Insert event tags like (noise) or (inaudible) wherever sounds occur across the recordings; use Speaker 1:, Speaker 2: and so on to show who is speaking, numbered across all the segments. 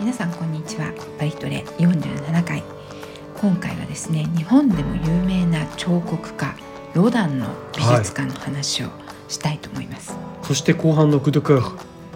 Speaker 1: 皆さんこんにちはバリトレ47回今回はですね日本でも有名な彫刻家ロダンの美術館の話をしたいと思います、
Speaker 2: そして後半の「クドゥク」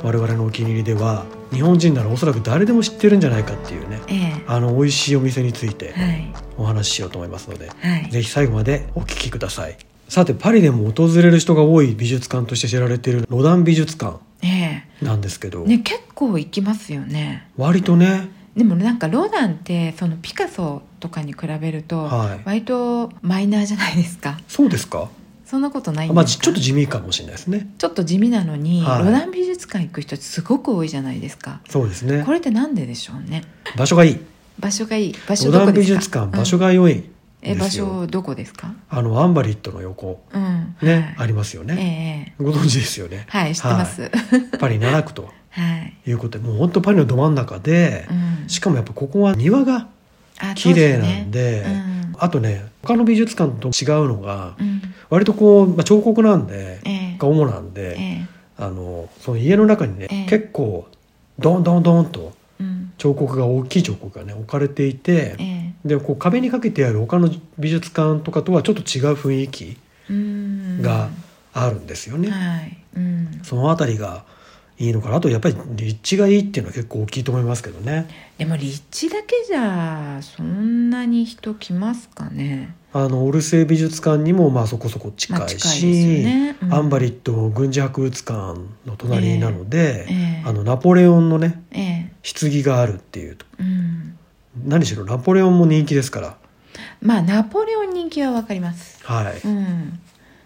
Speaker 2: 我々のお気に入りでは日本人ならおそらく誰でも知ってるんじゃないかっていうね
Speaker 1: え
Speaker 2: あの美味しいお店について
Speaker 1: えはい
Speaker 2: お話ししようと思いますので
Speaker 1: はい
Speaker 2: ぜひ最後までお聞きくださいさてパリでも訪れる人が多い美術館として知られているロダン美術館
Speaker 1: え
Speaker 2: なんですけど、
Speaker 1: えね結構行きますよね
Speaker 2: 割とね
Speaker 1: でもなんかロダンってそのピカソとかに比べると
Speaker 2: はい
Speaker 1: 割とマイナーじゃないですか
Speaker 2: そうですか
Speaker 1: そんなことないんですか
Speaker 2: まあちちょっと地味かもしれないですね
Speaker 1: ちょっと地味なのに、
Speaker 2: はい
Speaker 1: ロダン美術館行く人すごく多いじゃないですか
Speaker 2: そうですね
Speaker 1: これってなんででしょうね
Speaker 2: 場所がいい
Speaker 1: 場所がいい場所
Speaker 2: ロ
Speaker 1: ど
Speaker 2: ダ
Speaker 1: こ
Speaker 2: ン
Speaker 1: で
Speaker 2: 美
Speaker 1: すか
Speaker 2: 術館場所
Speaker 1: が、
Speaker 2: が良いん
Speaker 1: うんえ
Speaker 2: で
Speaker 1: 場
Speaker 2: すよ
Speaker 1: 所どこですか
Speaker 2: あのアンバリットの横
Speaker 1: うん
Speaker 2: ねあ
Speaker 1: はい
Speaker 2: りますよ
Speaker 1: え
Speaker 2: ね
Speaker 1: えええ
Speaker 2: ご存知ですよね
Speaker 1: はい知ってますはい、
Speaker 2: パリ7区ということでもう本当パリのど真ん中で
Speaker 1: うん
Speaker 2: しかもやっぱここは庭が
Speaker 1: あ
Speaker 2: 綺麗なん
Speaker 1: そう
Speaker 2: で
Speaker 1: すね
Speaker 2: あとね他の美術館と違うのが
Speaker 1: うんうん
Speaker 2: 割とこう、まあ、彫刻なんで
Speaker 1: ええ
Speaker 2: が主なん
Speaker 1: え
Speaker 2: で、
Speaker 1: え
Speaker 2: あのその家の中にね、
Speaker 1: ええ
Speaker 2: 結構ドンドンドンと
Speaker 1: うん
Speaker 2: 彫刻が大きい彫刻がね置かれていて、
Speaker 1: ええ
Speaker 2: でこう壁にかけてある他の美術館とかとはちょっと違う雰囲気
Speaker 1: うん
Speaker 2: があるんですよね。
Speaker 1: はいうん
Speaker 2: その辺りがいいのかなあとやっぱり立地がいいっていうのは結構大きいと思いますけどね。
Speaker 1: でも立地だけじゃそんなに人来ますかね
Speaker 2: あのオルセー美術館にもまあそこそこ近
Speaker 1: まあ
Speaker 2: いし、
Speaker 1: 近いですよねうん
Speaker 2: アンバリット軍事博物館の隣なので、
Speaker 1: ええ
Speaker 2: あのナポレオンのね
Speaker 1: え
Speaker 2: 棺があるっていうと
Speaker 1: えうん
Speaker 2: 何しろナポレオンも人気ですから
Speaker 1: まあナポレオン人気はわかります
Speaker 2: はい、
Speaker 1: うん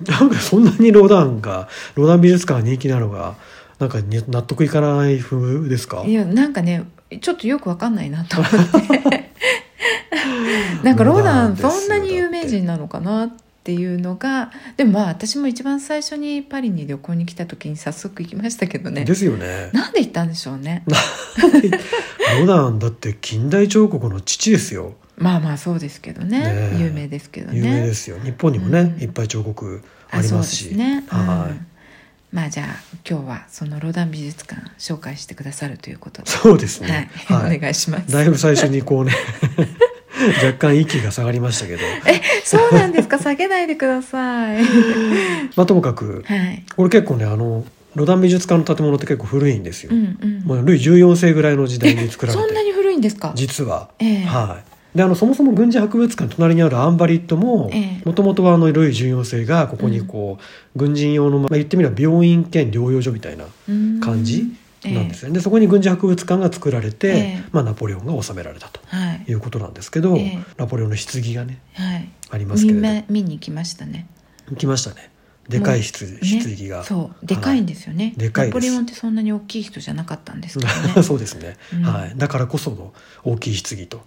Speaker 2: なんかそんなにロダンがロダン美術館が人気なのがなんかね納得いかない風ですか
Speaker 1: いやなんかねちょっとよくわかんないなと思って (laughs) なんかローダン
Speaker 2: そうなん
Speaker 1: そ
Speaker 2: ですよ
Speaker 1: んなに有名人なのかなっていうのがでもまあ私も一番最初にパリに旅行に来た時に早速行きましたけどね
Speaker 2: ですよ
Speaker 1: (laughs)
Speaker 2: ね
Speaker 1: なんで行ったんでしょうね
Speaker 2: ロダンだって近代彫刻の父ですよ
Speaker 1: まあまあそうですけどね
Speaker 2: ねえ
Speaker 1: 有名ですけどね
Speaker 2: 有名ですよ日本にもね、
Speaker 1: うん
Speaker 2: いっぱい彫刻あ
Speaker 1: あ
Speaker 2: り
Speaker 1: そう
Speaker 2: ま
Speaker 1: です
Speaker 2: し
Speaker 1: すね、うん
Speaker 2: はい
Speaker 1: まあじゃあ今日はそのロダン美術館紹介してくださるということで、
Speaker 2: そうですね、
Speaker 1: はい、お願いし
Speaker 2: (laughs)
Speaker 1: ます
Speaker 2: だいぶ最初にこうね (laughs) 若干息が下がりましたけど、
Speaker 1: えそうなんですか下げないでください
Speaker 2: (laughs) まあ、ともかく
Speaker 1: はい
Speaker 2: これ結構ねあのロダン美術館の建物って結構古いんですよ、
Speaker 1: うんうん
Speaker 2: もうルイ14世ぐらいの時代に作られ
Speaker 1: そんな
Speaker 2: て
Speaker 1: に古いんですか
Speaker 2: 実は、
Speaker 1: ええ
Speaker 2: はいであのそもそも軍事博物館の隣にあるアンバリットも
Speaker 1: ええ
Speaker 2: もともとはあのルイ14世がここにこう、軍人用の、まあ、言ってみれば病院兼療養所みたいな感じなんです
Speaker 1: よ、
Speaker 2: よね、でそこに軍事博物館が作られて、
Speaker 1: ええ
Speaker 2: まあ、ナポレオンが治められたと
Speaker 1: ええはい
Speaker 2: いうことなんですけど、
Speaker 1: ええ
Speaker 2: ナポレオンの棺がね
Speaker 1: はい
Speaker 2: ありますけ
Speaker 1: 見
Speaker 2: れど
Speaker 1: め見に来ましたね
Speaker 2: 来ましたねでかい
Speaker 1: も
Speaker 2: 棺、
Speaker 1: ね
Speaker 2: 棺が
Speaker 1: そうでかいんですよね、
Speaker 2: でかいで
Speaker 1: ナ
Speaker 2: す
Speaker 1: ポレオンってそんなに大きい人じゃなかったんですけどね
Speaker 2: (laughs) そうですね、
Speaker 1: うん
Speaker 2: はい、だからこその大きい棺と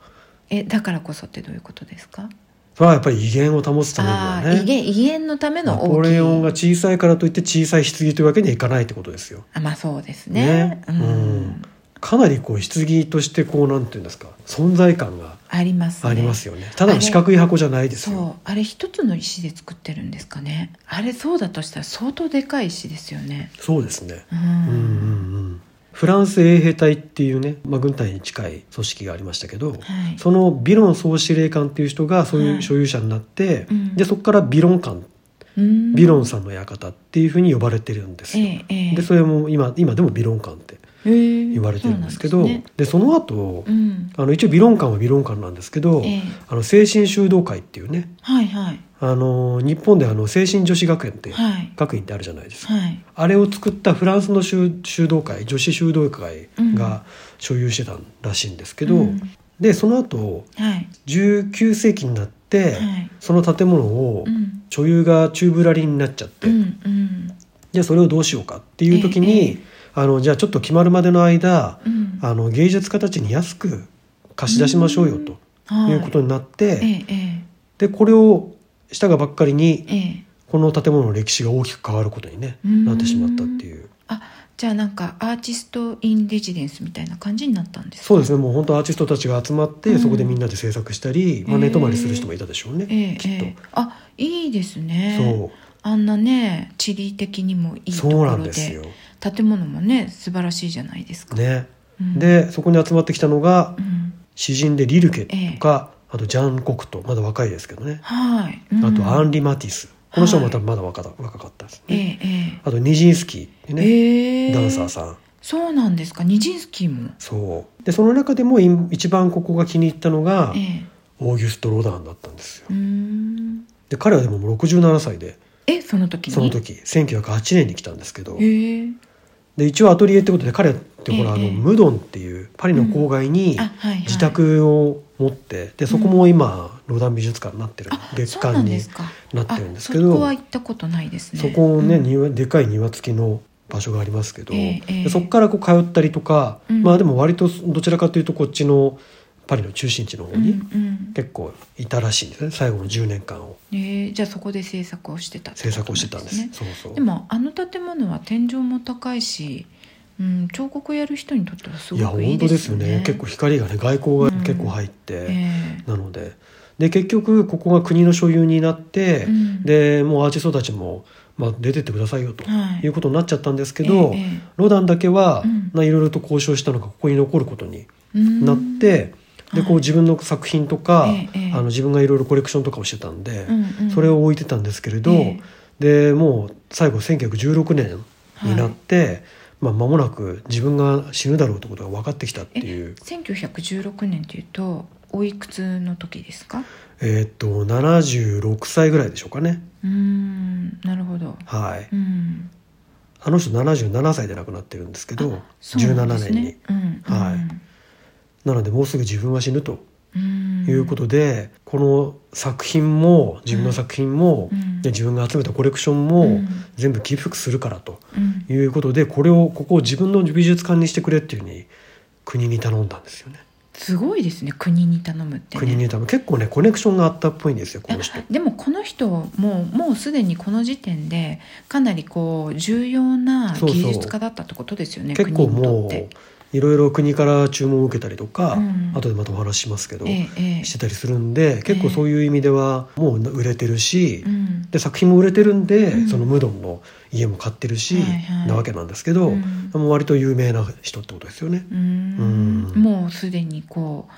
Speaker 1: えだからこそってどういうことですか
Speaker 2: それはやっぱり威厳を保つために
Speaker 1: あ
Speaker 2: は
Speaker 1: あー威
Speaker 2: ね
Speaker 1: 厳威厳のため
Speaker 2: ナ
Speaker 1: の
Speaker 2: ポ
Speaker 1: 大きい
Speaker 2: レオンが小さいからといって小さい棺というわけにはいかないってことですよ
Speaker 1: あまあそうですね
Speaker 2: ね
Speaker 1: うん、
Speaker 2: うんかなりこう棺としてこうなんていうんですか存在感が
Speaker 1: ありますね
Speaker 2: ありますよねただの四角い箱じゃないです
Speaker 1: そ
Speaker 2: よ
Speaker 1: うあれ一つの石で作ってるんですかねあれそうだとしたら相当でかい石ですよね
Speaker 2: そうですね
Speaker 1: う
Speaker 2: うんうん
Speaker 1: ん、
Speaker 2: うんフランス衛兵隊っていうね、まあ、軍隊に近い組織がありましたけど、
Speaker 1: はい
Speaker 2: そのビロン総司令官っていう人がそうい
Speaker 1: はいう
Speaker 2: 所有者になって、
Speaker 1: うん
Speaker 2: でそこからビロン官
Speaker 1: うん
Speaker 2: ビロンさんの館っていうふうに呼ばれてるんです
Speaker 1: え
Speaker 2: よ、
Speaker 1: えええ
Speaker 2: でそれも今今でもビロン館って
Speaker 1: 言
Speaker 2: 言われてるんですけど、
Speaker 1: う
Speaker 2: で
Speaker 1: なんですね
Speaker 2: その後、
Speaker 1: うん
Speaker 2: あの一応ビロン館はビロン館なんですけど、
Speaker 1: ええ
Speaker 2: あの精神修道会っていうね
Speaker 1: はいはい
Speaker 2: あの日本であの精神女子学園って、
Speaker 1: はい
Speaker 2: 学院ってあるじゃないですか、
Speaker 1: はい
Speaker 2: あれを作ったフランスの修修道会女子修道会が所有してたらしいんですけど、
Speaker 1: うん
Speaker 2: でその後
Speaker 1: はい
Speaker 2: 19世紀になって、
Speaker 1: はい
Speaker 2: その建物を
Speaker 1: うん
Speaker 2: 所有が宙ぶらりんになっちゃって、
Speaker 1: うんうん
Speaker 2: じゃあそれをどうしようかっていう時
Speaker 1: えええ
Speaker 2: に、あのじゃあちょっと決まるまでの間、
Speaker 1: うん
Speaker 2: あの芸術家たちに安く貸し出しましょうよと
Speaker 1: はい
Speaker 2: いうことになって、
Speaker 1: えええ
Speaker 2: でこれをしたがばっかりに
Speaker 1: えええ
Speaker 2: この建物の歴史が大きく変わることに、ね、
Speaker 1: うん
Speaker 2: なってしまったっていう
Speaker 1: あじゃあなんかアーティスト・イン・レジデンスみたいな感じになったんですか
Speaker 2: そうですねもう本当アーティストたちが集まって、
Speaker 1: うん
Speaker 2: そこでみんなで制作したり、まあ、寝泊まりする人もいたでしょうね、
Speaker 1: ええ
Speaker 2: きっと。
Speaker 1: ええあいいですね
Speaker 2: そう
Speaker 1: あんなね地理的にもいいと
Speaker 2: そう
Speaker 1: こ
Speaker 2: な
Speaker 1: ろ
Speaker 2: ん
Speaker 1: で
Speaker 2: ですよ、
Speaker 1: 建物もね素晴らしいじゃないですか、
Speaker 2: ね、
Speaker 1: うん
Speaker 2: でそこに集まってきたのが
Speaker 1: うん
Speaker 2: 詩人でリルケとか、あとジャン・コクトまだ若いですけどね、
Speaker 1: はい、
Speaker 2: あとア
Speaker 1: ン
Speaker 2: ンリ・マティスこの人もまた
Speaker 1: は
Speaker 2: まだ若だ若かったです
Speaker 1: え
Speaker 2: ね、
Speaker 1: ええ
Speaker 2: あとニジンスキー
Speaker 1: え
Speaker 2: ね、
Speaker 1: ええ
Speaker 2: ダンサーさん
Speaker 1: そうなんですかニジンスキーも、
Speaker 2: そうでその中でもい一番ここが気に入ったのが
Speaker 1: ええ
Speaker 2: オーギュスト・ロダンだったんですよ
Speaker 1: うーん
Speaker 2: で彼はでももう67歳で
Speaker 1: えその時に
Speaker 2: その時1908年に来たんですけど
Speaker 1: へえ
Speaker 2: で一応アトリエってことで彼ってほら、
Speaker 1: ええ
Speaker 2: あのムドンっていうパリの郊外に
Speaker 1: あはい、はい、
Speaker 2: 自宅を持って、でそこも今ロダン美術館になってる
Speaker 1: あ
Speaker 2: 月
Speaker 1: そうな
Speaker 2: 間
Speaker 1: んで
Speaker 2: に
Speaker 1: すか
Speaker 2: なってるんですけ
Speaker 1: あ
Speaker 2: ど
Speaker 1: そこは行ったことないですね
Speaker 2: そこをね、
Speaker 1: うん
Speaker 2: 庭でかい庭付きの場所がありますけど、
Speaker 1: ええええ
Speaker 2: でそこからこう通ったりとか、
Speaker 1: うん
Speaker 2: まあでも割とどちらかというとこっちのパリの中心地の方
Speaker 1: うん
Speaker 2: に
Speaker 1: うん
Speaker 2: 結構いたらしいんですね最後の10年間を
Speaker 1: えーじゃあそこで制作をしてたってこ
Speaker 2: 制
Speaker 1: となん
Speaker 2: 作をしてたんです。
Speaker 1: ね
Speaker 2: そうそう
Speaker 1: でもあの建物は天井も高いし、うん、彫刻やる人にとってはす
Speaker 2: いや
Speaker 1: ごくい
Speaker 2: 本
Speaker 1: い
Speaker 2: 当
Speaker 1: で
Speaker 2: です
Speaker 1: す
Speaker 2: よ
Speaker 1: よね。
Speaker 2: ね結構光がね外光が
Speaker 1: うん
Speaker 2: 結構入って、
Speaker 1: え
Speaker 2: なのでで結局ここが国の所有になって、
Speaker 1: うん
Speaker 2: でもうアーティストたちも、まあ、出てってくださいよと
Speaker 1: えはい
Speaker 2: いうことになっちゃったんですけど、
Speaker 1: ええ
Speaker 2: ロダンだけは、
Speaker 1: うん
Speaker 2: ないろいろと交渉したのがここに残ることに
Speaker 1: ええうん
Speaker 2: なって、
Speaker 1: うん
Speaker 2: でこ
Speaker 1: は
Speaker 2: う
Speaker 1: い
Speaker 2: 自分の作品とか、
Speaker 1: ええええ
Speaker 2: あの自分がいろいろコレクションとかをしてたんで、
Speaker 1: うんうん
Speaker 2: それを置いてたんですけれど、
Speaker 1: え
Speaker 2: でもう最後1916年になって、まあ、間もなく自分が死ぬだろうってことが分かってきたっていう。
Speaker 1: 1916年というとおいくつの時ですか
Speaker 2: えーっと76歳ぐらいでしょうかね
Speaker 1: うーんなるほど、
Speaker 2: はい
Speaker 1: うん、
Speaker 2: あの人77歳で亡くなってるんですけど
Speaker 1: あそうな
Speaker 2: 17
Speaker 1: んです
Speaker 2: 年に
Speaker 1: ね、うん
Speaker 2: はいなのでもうすぐ自分は死ぬと
Speaker 1: うん
Speaker 2: いうことで、この作品も自分の作品も、
Speaker 1: うん
Speaker 2: で自分が集めたコレクション
Speaker 1: う
Speaker 2: も、
Speaker 1: ん
Speaker 2: 全部寄付するからと
Speaker 1: うん
Speaker 2: いうことでこれをここを自分の美術館にしてくれっていうふうに国に頼んだんですよね
Speaker 1: すごいですね国に頼むって、ね、
Speaker 2: 国に頼む結構ねコネクションがあったっぽいんですよこの人
Speaker 1: あでもこの人もうもうすでにこの時点でかなりこう重要な
Speaker 2: そうそう
Speaker 1: 芸術家だったってことですよね
Speaker 2: 結構
Speaker 1: 国にと
Speaker 2: も
Speaker 1: っ
Speaker 2: う
Speaker 1: て
Speaker 2: いろいろ国から注文を受けたりとか、
Speaker 1: うん
Speaker 2: 後でまたお話ししますけど、
Speaker 1: ええええ
Speaker 2: してたりするんで結構そういう意味ではもう売れてるし、
Speaker 1: うん
Speaker 2: で作品も売れてるんで、
Speaker 1: うん
Speaker 2: そのムドンの家も買ってるし、
Speaker 1: はいはい
Speaker 2: なわけなんですけど、
Speaker 1: うん
Speaker 2: もう割と有名な人ってことですよね。
Speaker 1: うーん
Speaker 2: うん
Speaker 1: もうすでにこう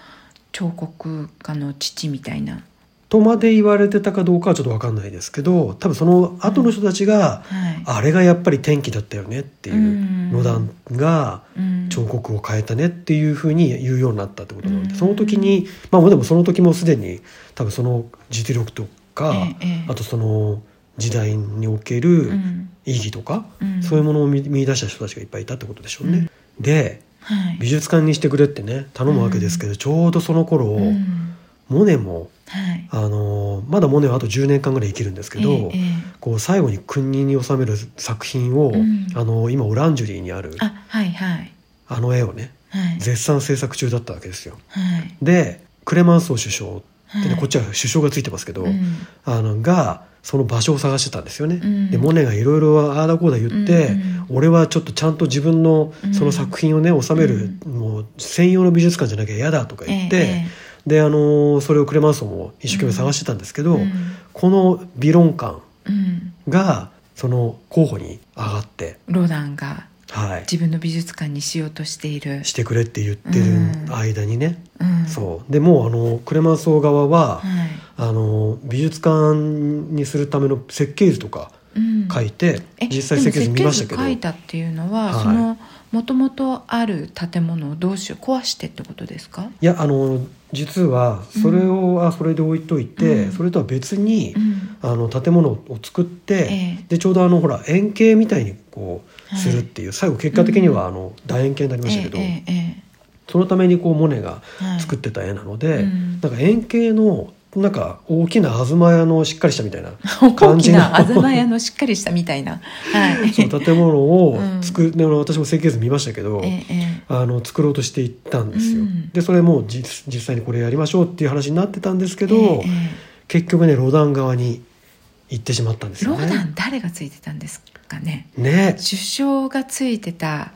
Speaker 1: 彫刻家の父みたいな、
Speaker 2: とまで言われてたかどうかはちょっと分かんないですけど多分その後の人たちが、
Speaker 1: はい、
Speaker 2: あれがやっぱり転機だったよねっていうロダンが
Speaker 1: うん
Speaker 2: 彫刻を変えたねっていうふうに言うようになったってことなので、
Speaker 1: うん
Speaker 2: その時にまあでもその時もすでに多分その実力とか、
Speaker 1: ええええ
Speaker 2: あとその時代におけ
Speaker 1: う
Speaker 2: る
Speaker 1: ん
Speaker 2: 意義とか、
Speaker 1: うん
Speaker 2: そういうものを見見出した人たちがいっぱいいたってことでしょうね。で
Speaker 1: はい
Speaker 2: 美術館にしてくれってね頼むわけですけど、ちょうどその頃、
Speaker 1: うん
Speaker 2: モネも、
Speaker 1: はい
Speaker 2: あのーまだモネはあと10年間ぐらい生きるんですけど、
Speaker 1: ええええ
Speaker 2: こう最後に国に収める作品を、
Speaker 1: うん
Speaker 2: あのー今オランジュリーにある
Speaker 1: あはいはい
Speaker 2: あの絵をね
Speaker 1: はい
Speaker 2: 絶賛制作中だったわけですよ。
Speaker 1: はい
Speaker 2: でクレマンソー首相ってね、
Speaker 1: はい
Speaker 2: こっちは首相がついてますけど、
Speaker 1: うん
Speaker 2: あのがその場所を探してたんですよね。
Speaker 1: うん
Speaker 2: でモネがいろいろああだこうだ言って、
Speaker 1: う
Speaker 2: 俺はちょっとちゃんと自分のその作品をね収める、もう専用の美術館じゃなきゃ嫌だとか言って、
Speaker 1: え
Speaker 2: であのーそれをクレマンソンも一生懸命探してたんですけど、
Speaker 1: うん
Speaker 2: この美論館
Speaker 1: うん
Speaker 2: がその候補に上がって、
Speaker 1: ロダンが
Speaker 2: はい、
Speaker 1: 自分の美術館にしようとしている、
Speaker 2: してくれって言ってる間にね、
Speaker 1: うん、
Speaker 2: そうでもうあのクレマンソー側は、
Speaker 1: はい
Speaker 2: あのー美術館にするための設計図とか
Speaker 1: うん、
Speaker 2: 書いて、
Speaker 1: え
Speaker 2: 実際設計図見ましたけ
Speaker 1: でも設計
Speaker 2: ど
Speaker 1: 図書いたっていうのは、
Speaker 2: はい
Speaker 1: そのもともとある建物をどうしよう壊してってことですか、
Speaker 2: いやあの実はそれを、あそれで置いといて、
Speaker 1: うん
Speaker 2: それとは別に、
Speaker 1: うん
Speaker 2: あの建物を作って、
Speaker 1: ええ
Speaker 2: でちょうどあのほら円形みたいにこう
Speaker 1: はい
Speaker 2: するっていう、最後結果的にはあの楕円形になりましたけど、
Speaker 1: ええ
Speaker 2: (laughs)
Speaker 1: え
Speaker 2: そのためにこうモネが
Speaker 1: えはい
Speaker 2: 作ってた絵なので、
Speaker 1: うん
Speaker 2: なんか円形のなんか大きな東屋のしっかりしたみた
Speaker 1: (laughs)
Speaker 2: いな
Speaker 1: 大
Speaker 2: 感
Speaker 1: き
Speaker 2: じの
Speaker 1: な東屋のしっかりしたみたいな、はい、
Speaker 2: (laughs) そう建物を
Speaker 1: うん
Speaker 2: 作る、であの私も設計図見ましたけど。
Speaker 1: えええ
Speaker 2: あの作ろうとしていったんですよ、
Speaker 1: うん
Speaker 2: でそれも実実際にこれやりましょうっていう話になってたんですけ
Speaker 1: え
Speaker 2: ど、
Speaker 1: ええ
Speaker 2: 結局ねロダン側に行ってしまったんですよ
Speaker 1: ロ
Speaker 2: ね。
Speaker 1: ダン誰がついてたんですかね
Speaker 2: ね
Speaker 1: 首相がついてた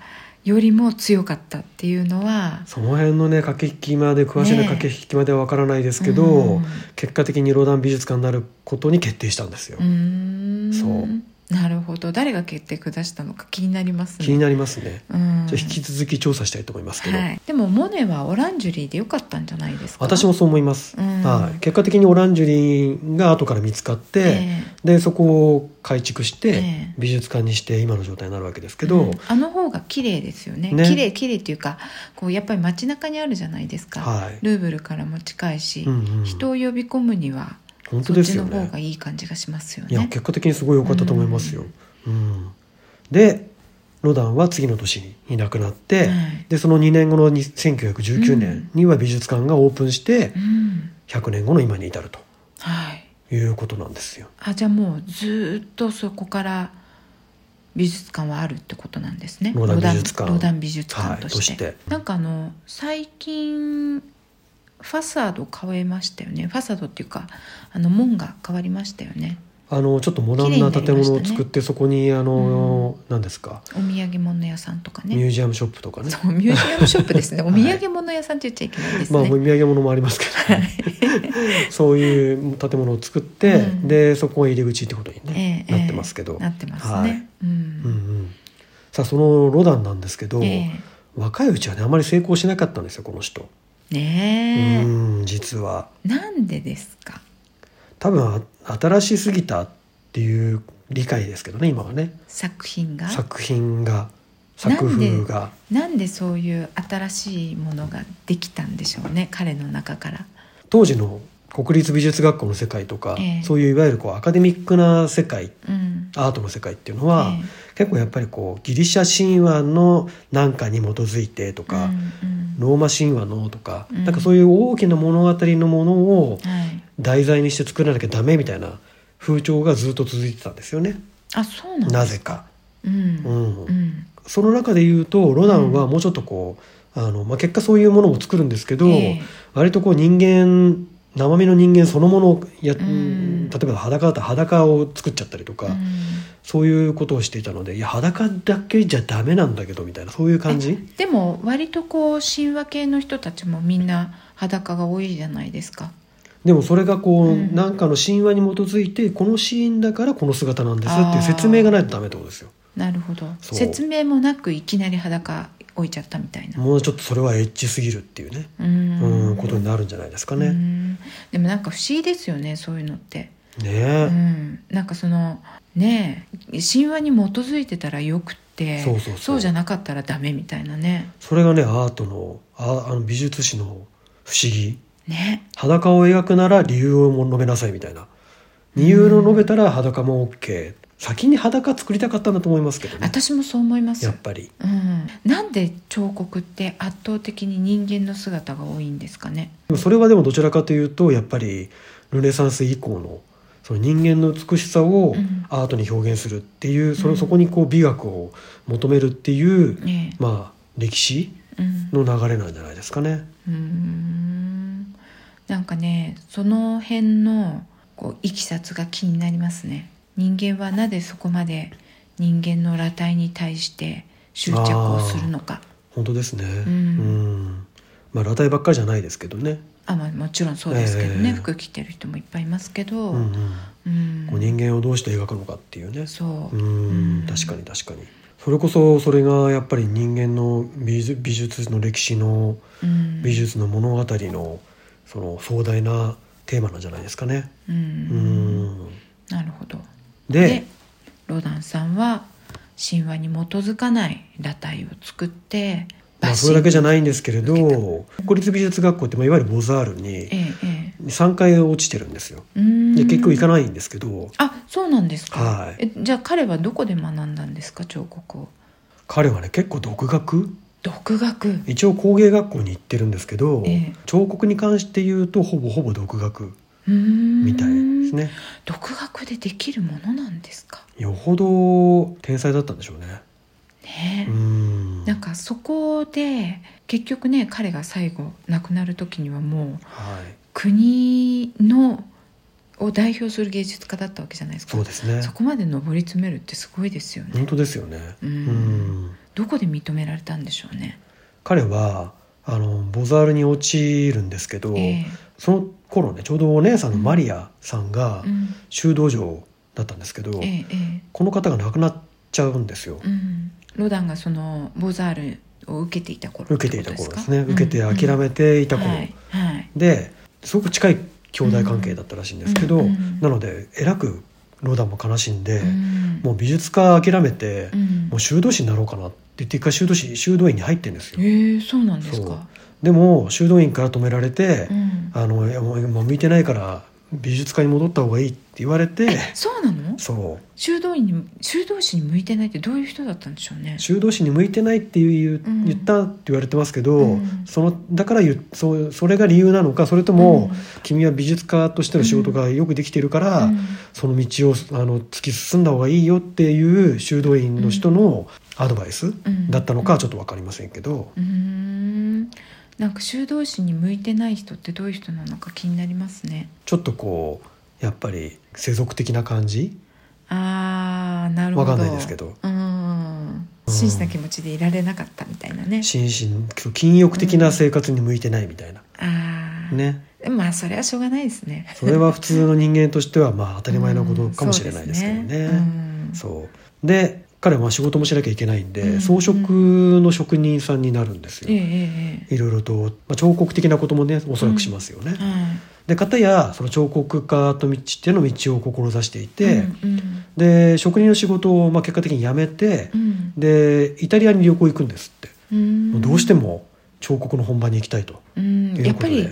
Speaker 1: よりも強かったっていうのは
Speaker 2: その辺のね駆け引きまで詳しい
Speaker 1: ね
Speaker 2: な
Speaker 1: え
Speaker 2: 駆け引きまでは分からないですけど、
Speaker 1: うん
Speaker 2: 結果的にロダン美術館になることに決定したんですよ
Speaker 1: う。ーん
Speaker 2: そう
Speaker 1: なるほど誰が決定下したのか気になりますね
Speaker 2: 気になりますね、
Speaker 1: うん
Speaker 2: じゃあ引き続き調査したいと思いますけど、
Speaker 1: はい、でもモネはオランジュリーでよかったんじゃないですか
Speaker 2: 私もそう思います、
Speaker 1: うん
Speaker 2: はい、結果的にオランジュリーが後から見つかって、
Speaker 1: ええ
Speaker 2: でそこを改築して、
Speaker 1: ええ
Speaker 2: 美術館にして今の状態になるわけですけど、
Speaker 1: うんあの方が綺麗ですよね
Speaker 2: ね
Speaker 1: 綺麗綺麗っていうかこうやっぱり街中にあるじゃないですか、
Speaker 2: はい
Speaker 1: ルーブルからも近いし、
Speaker 2: うんうん
Speaker 1: 人を呼び込むには
Speaker 2: 本当
Speaker 1: そっ
Speaker 2: です
Speaker 1: ち
Speaker 2: よ
Speaker 1: の方
Speaker 2: ね
Speaker 1: がいい感じがしますよ
Speaker 2: いや
Speaker 1: ね
Speaker 2: 結果的にすごい良かったと思いますよ、うんでロダンは次の年にいなくなっ
Speaker 1: はい
Speaker 2: て、でその2年後のに1919年には美術館がオープンして
Speaker 1: うん
Speaker 2: 100年後の今に至ると
Speaker 1: はい
Speaker 2: いうことなんですよ
Speaker 1: あじゃあもうずーっとそこから美術館はあるってことなんですね
Speaker 2: ロダン美術館
Speaker 1: ロダン美術館として,、
Speaker 2: はいとして
Speaker 1: なんかあの最近ファサード変えましたよねファサードっていうかあの門が変わりましたよね
Speaker 2: あのちょっとモダンな建物を作って、そこにあの、何ですか
Speaker 1: お土産物屋さんとか
Speaker 2: ミュ
Speaker 1: ね
Speaker 2: ージアムショップとかね
Speaker 1: そうミュージアムショップ
Speaker 2: (laughs)
Speaker 1: ですねお
Speaker 2: い
Speaker 1: 土産物屋さんって言っちゃいけないです
Speaker 2: まあ
Speaker 1: ね、
Speaker 2: お土産物もありますけど、 (laughs) そういう建物を作って、
Speaker 1: うん
Speaker 2: でそこが入り口ってことに、
Speaker 1: え
Speaker 2: ね
Speaker 1: えええ
Speaker 2: なってますけど、
Speaker 1: なってますね、
Speaker 2: はい
Speaker 1: うん、
Speaker 2: うんうん、さあそのロダンなんですけど、
Speaker 1: え
Speaker 2: 若いうちはねあまり成功しなかったんですよこの人、
Speaker 1: えねえ、
Speaker 2: うん実は
Speaker 1: なんでですか
Speaker 2: 多分あ新しすぎたっていう理解ですけどね今はね
Speaker 1: 作品が
Speaker 2: 作品が作風が
Speaker 1: なんでそういう新しいものができたんでしょうね彼の中から。
Speaker 2: 当時の国立美術学校の世界とか、
Speaker 1: ええ
Speaker 2: そういういわゆるこうアカデミックな世界
Speaker 1: うん
Speaker 2: アートの世界っていうのは、
Speaker 1: え
Speaker 2: 結構やっぱりこうギリシャ神話のなんかに基づいてと
Speaker 1: えう
Speaker 2: か、
Speaker 1: んうん
Speaker 2: ローマ神話のとか、
Speaker 1: うん
Speaker 2: なんかそういう大きな物語のものを
Speaker 1: はい、
Speaker 2: 題材にして作らなきゃダメみたいな風潮がずっと続いてたんですよね、
Speaker 1: あそうなん
Speaker 2: な
Speaker 1: だ、
Speaker 2: ぜか、
Speaker 1: うん
Speaker 2: うん
Speaker 1: うん
Speaker 2: その中で言うとロダンはもうちょっとこう、あのまあ、結果そういうものも作るんですけど、
Speaker 1: ええ
Speaker 2: 割とこう人間生身の人間そのものをや、
Speaker 1: ん
Speaker 2: 例えば裸だったら裸を作っちゃったりとか、
Speaker 1: うん
Speaker 2: そういうことをしていたのでいや裸だけじゃダメなんだけどみたいなそういう感じ
Speaker 1: でも割とこう神話系の人たちもみんな裸が多いじゃないですか。
Speaker 2: でもそれがこう、
Speaker 1: うん
Speaker 2: なんかの神話に基づいてこのシーンだからこの姿なんですっていう説明がないとダメってことですよ
Speaker 1: なるほど
Speaker 2: そう
Speaker 1: 説明もなくいきなり裸置いちゃったみたいな。
Speaker 2: もうちょっとそれはエッチすぎるっていうね
Speaker 1: うん
Speaker 2: うんことになるんじゃないですか
Speaker 1: う
Speaker 2: ね。
Speaker 1: んでもなんか不思議ですよねそういうのって。
Speaker 2: ね
Speaker 1: う
Speaker 2: え、
Speaker 1: ん、なんかそのねえ神話に基づいてたらよくって
Speaker 2: そうそうそう
Speaker 1: じゃなかったらダメみたいなね
Speaker 2: それがねアートのああの美術史の不思議
Speaker 1: ね
Speaker 2: 裸を描くなら理由を述べなさいみたいな理由を述べたら裸も OK 先に裸作りたかったんだと思いますけどね
Speaker 1: 私もそう思います
Speaker 2: やっぱり
Speaker 1: うん、なんで彫刻って圧倒的に人間の姿が多いんですかね
Speaker 2: でもそれはでもどちらかというとやっぱりルネサンス以降のその人間の美しさを
Speaker 1: うん
Speaker 2: アートに表現するっていう、その
Speaker 1: うん
Speaker 2: そこにこう美学を求めるっていう、
Speaker 1: ね
Speaker 2: まあ歴史
Speaker 1: えうん
Speaker 2: の流れなんじゃないですかね。
Speaker 1: うーんなんかねその辺のこういきさつが気になりますね人間はなぜそこまで人間の裸体に対して執着をするのか
Speaker 2: 本当ですね。うんまあ裸体ばっかりじゃないですけどね。
Speaker 1: あまあ、もちろんそうですけど
Speaker 2: え
Speaker 1: ね、
Speaker 2: え
Speaker 1: 服着てる人もいっぱいいますけど、
Speaker 2: うんうん。
Speaker 1: うん
Speaker 2: こう人間をどうして描くのかっていうね。
Speaker 1: そう、
Speaker 2: うん
Speaker 1: うん
Speaker 2: 確かに確かに。それこそそれがやっぱり人間の美術美術の歴史の
Speaker 1: うん
Speaker 2: 美術の物語のその壮大なテーマなんじゃないですかね。
Speaker 1: うん
Speaker 2: うん
Speaker 1: なるほど
Speaker 2: で
Speaker 1: ロダンさんは神話に基づかない裸体を作って
Speaker 2: まあ、それだけじゃ
Speaker 1: ない
Speaker 2: ないんですけれ
Speaker 1: バッシ
Speaker 2: ど国立美術学校って、まあ、いわゆるボザール
Speaker 1: え
Speaker 2: に
Speaker 1: ええ
Speaker 2: 3回落ちてるんですよ。
Speaker 1: えうん
Speaker 2: で結局行かないんですけど
Speaker 1: あそうなんですか、
Speaker 2: はい
Speaker 1: えじゃあ彼はどこで学んだんですか彫刻を
Speaker 2: 彼はね結構独学
Speaker 1: 独学
Speaker 2: 一応工芸学校に行ってるんですけど、
Speaker 1: ええ
Speaker 2: 彫刻に関して言うとほぼほぼ独学み
Speaker 1: み
Speaker 2: たいですね。
Speaker 1: 独学でできるものなんですか
Speaker 2: よほど天才だったんでしょうね。
Speaker 1: ねえ
Speaker 2: うん
Speaker 1: なんかそこで結局ね彼が最後亡くなる時にはもう
Speaker 2: はい、
Speaker 1: 国のを代表する芸術家だったわけじゃないですか
Speaker 2: そうですね
Speaker 1: そこまで上り詰めるってすごいですよね
Speaker 2: 本当ですよね。
Speaker 1: うん
Speaker 2: うん
Speaker 1: どこで認められたんでしょうね、
Speaker 2: 彼はあのボザールに陥るんですけど、
Speaker 1: ええ
Speaker 2: その頃ねちょうどお姉さんのマリアさんが
Speaker 1: うん
Speaker 2: 修道場だったんですけど、
Speaker 1: えええ
Speaker 2: この方が亡くなっちゃうんですよ
Speaker 1: え、うん、ロダンがそのボザールを受けていた頃
Speaker 2: 受けていた頃ですね
Speaker 1: ってこ
Speaker 2: 受け
Speaker 1: と
Speaker 2: て
Speaker 1: か
Speaker 2: 諦めていた頃、
Speaker 1: はいはい
Speaker 2: ですごく近い兄弟関係だったらしいんですけど、
Speaker 1: うんうん
Speaker 2: なのでえらくロダンも悲しんで、
Speaker 1: うん
Speaker 2: もう美術家諦めて、
Speaker 1: うん
Speaker 2: もう修道士になろうかなって言って一回修道士修道院に入ってるんですよ
Speaker 1: ええそうなんですか
Speaker 2: でも修道院から止められて、
Speaker 1: うん
Speaker 2: あのいやもうもう向いてないから美術家に戻った方がいいって言わ
Speaker 1: (laughs)
Speaker 2: れて
Speaker 1: えそうなの
Speaker 2: そ
Speaker 1: 修道院に修道士に向いてないってどういう人だったんでしょうね
Speaker 2: う修道士に向いてないっていう
Speaker 1: う
Speaker 2: 言うん言ったって言われてますけど、
Speaker 1: うん
Speaker 2: そのだから言うそうそれが理由なのかそれとも、
Speaker 1: うん
Speaker 2: 君は美術家としての仕事がよくできてるから、
Speaker 1: うん
Speaker 2: その道をあの突き進んだ方がいいよっていう修道院の人のアドバイス
Speaker 1: うん
Speaker 2: だったのかはちょっと分かりませんけど、
Speaker 1: うーんなんか修道士に向いてない人ってどういう人なのか気になりますね
Speaker 2: ちょっとこうやっぱり世俗的な感じ
Speaker 1: あーなるほど
Speaker 2: わかんないですけど
Speaker 1: うん
Speaker 2: うん
Speaker 1: 真摯な気持ちでいられなかったみたいなね
Speaker 2: 心身禁欲的な生活に向いてないみたいな、
Speaker 1: ああ、
Speaker 2: ね
Speaker 1: まあそれはしょうがないですね
Speaker 2: それは普通の人間としてはまあ当たり前のことかもしれないですけど
Speaker 1: う
Speaker 2: ね。
Speaker 1: んそう
Speaker 2: そうで彼はまあ仕事もしなきゃいけないんで、
Speaker 1: うん
Speaker 2: 装飾の職人さんになるんです
Speaker 1: ですねうんええ
Speaker 2: よ。
Speaker 1: えええ
Speaker 2: いろいろと、まあ、彫刻的なこともねおそらくしますよね。
Speaker 1: えはい
Speaker 2: で片やその彫刻家と道っていうの道を志していて、
Speaker 1: うん
Speaker 2: で職人の仕事をまあ結果的に辞めて
Speaker 1: う、ん
Speaker 2: でイタリアに旅行行くんですって、
Speaker 1: うん、
Speaker 2: どうしても彫刻の本場に行きたいと
Speaker 1: うん
Speaker 2: いう
Speaker 1: やっ
Speaker 2: こ
Speaker 1: ぱ
Speaker 2: とで
Speaker 1: り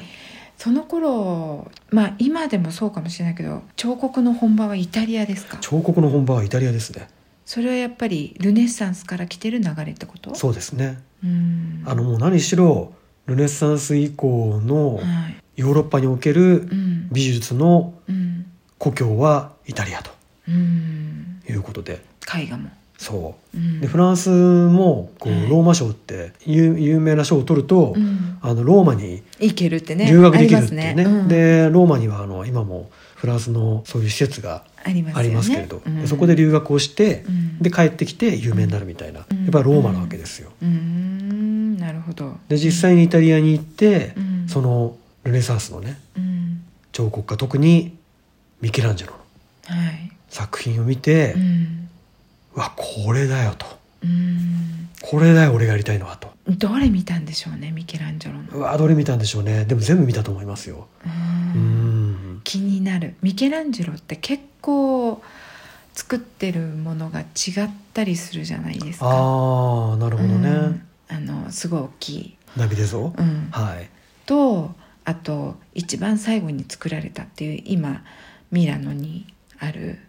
Speaker 1: その頃まあ今でもそうかもしれないけど彫刻の本場はイタリアですか
Speaker 2: 彫刻の本場はイタリアですね
Speaker 1: それはやっぱりルネッサンスから来てる流れってこと
Speaker 2: そうですね
Speaker 1: うん
Speaker 2: あのもう何しろルネサンス以降の
Speaker 1: はい
Speaker 2: ヨーロッパにおける
Speaker 1: うん
Speaker 2: 美術の
Speaker 1: うん
Speaker 2: 故郷はイタリアと
Speaker 1: うん
Speaker 2: いうことで
Speaker 1: 絵画も、、
Speaker 2: そううんでフランスもこ
Speaker 1: は
Speaker 2: う
Speaker 1: い
Speaker 2: ローマ賞って有有名な賞を取ると、
Speaker 1: うん
Speaker 2: あのローマに
Speaker 1: 行けるってね
Speaker 2: 留学できるっていうね
Speaker 1: ありますね、うん、
Speaker 2: でローマにはあの今もフランスのそういう施設が
Speaker 1: ありますよね
Speaker 2: ありますけれど、
Speaker 1: うん
Speaker 2: そこで留学をして、
Speaker 1: うん
Speaker 2: で帰ってきて有名になるみたいな、
Speaker 1: うん
Speaker 2: やっぱりローマなわけですよ。
Speaker 1: うーんなるほど
Speaker 2: で実際にイタリアに行って、
Speaker 1: うん
Speaker 2: そのルネサンスのね
Speaker 1: うん
Speaker 2: 彫刻家特にミケランジェロの
Speaker 1: はい
Speaker 2: 作品を見て、
Speaker 1: うん
Speaker 2: うわこれだよと
Speaker 1: うん
Speaker 2: これだよ俺がやりたいのはと
Speaker 1: どれ見たんでしょうねミケランジェロの
Speaker 2: うわどれ見たんでしょうねでも全部見たと思いますよ。
Speaker 1: う
Speaker 2: うんん
Speaker 1: 気になるミケランジェロって結構作ってるものが違ったりするじゃないですか
Speaker 2: ああなるほどね、
Speaker 1: うんあのすごい大きい、
Speaker 2: ナビでぞ、
Speaker 1: うん、
Speaker 2: はい
Speaker 1: とあと一番最後に作られたっていう今ミラノにある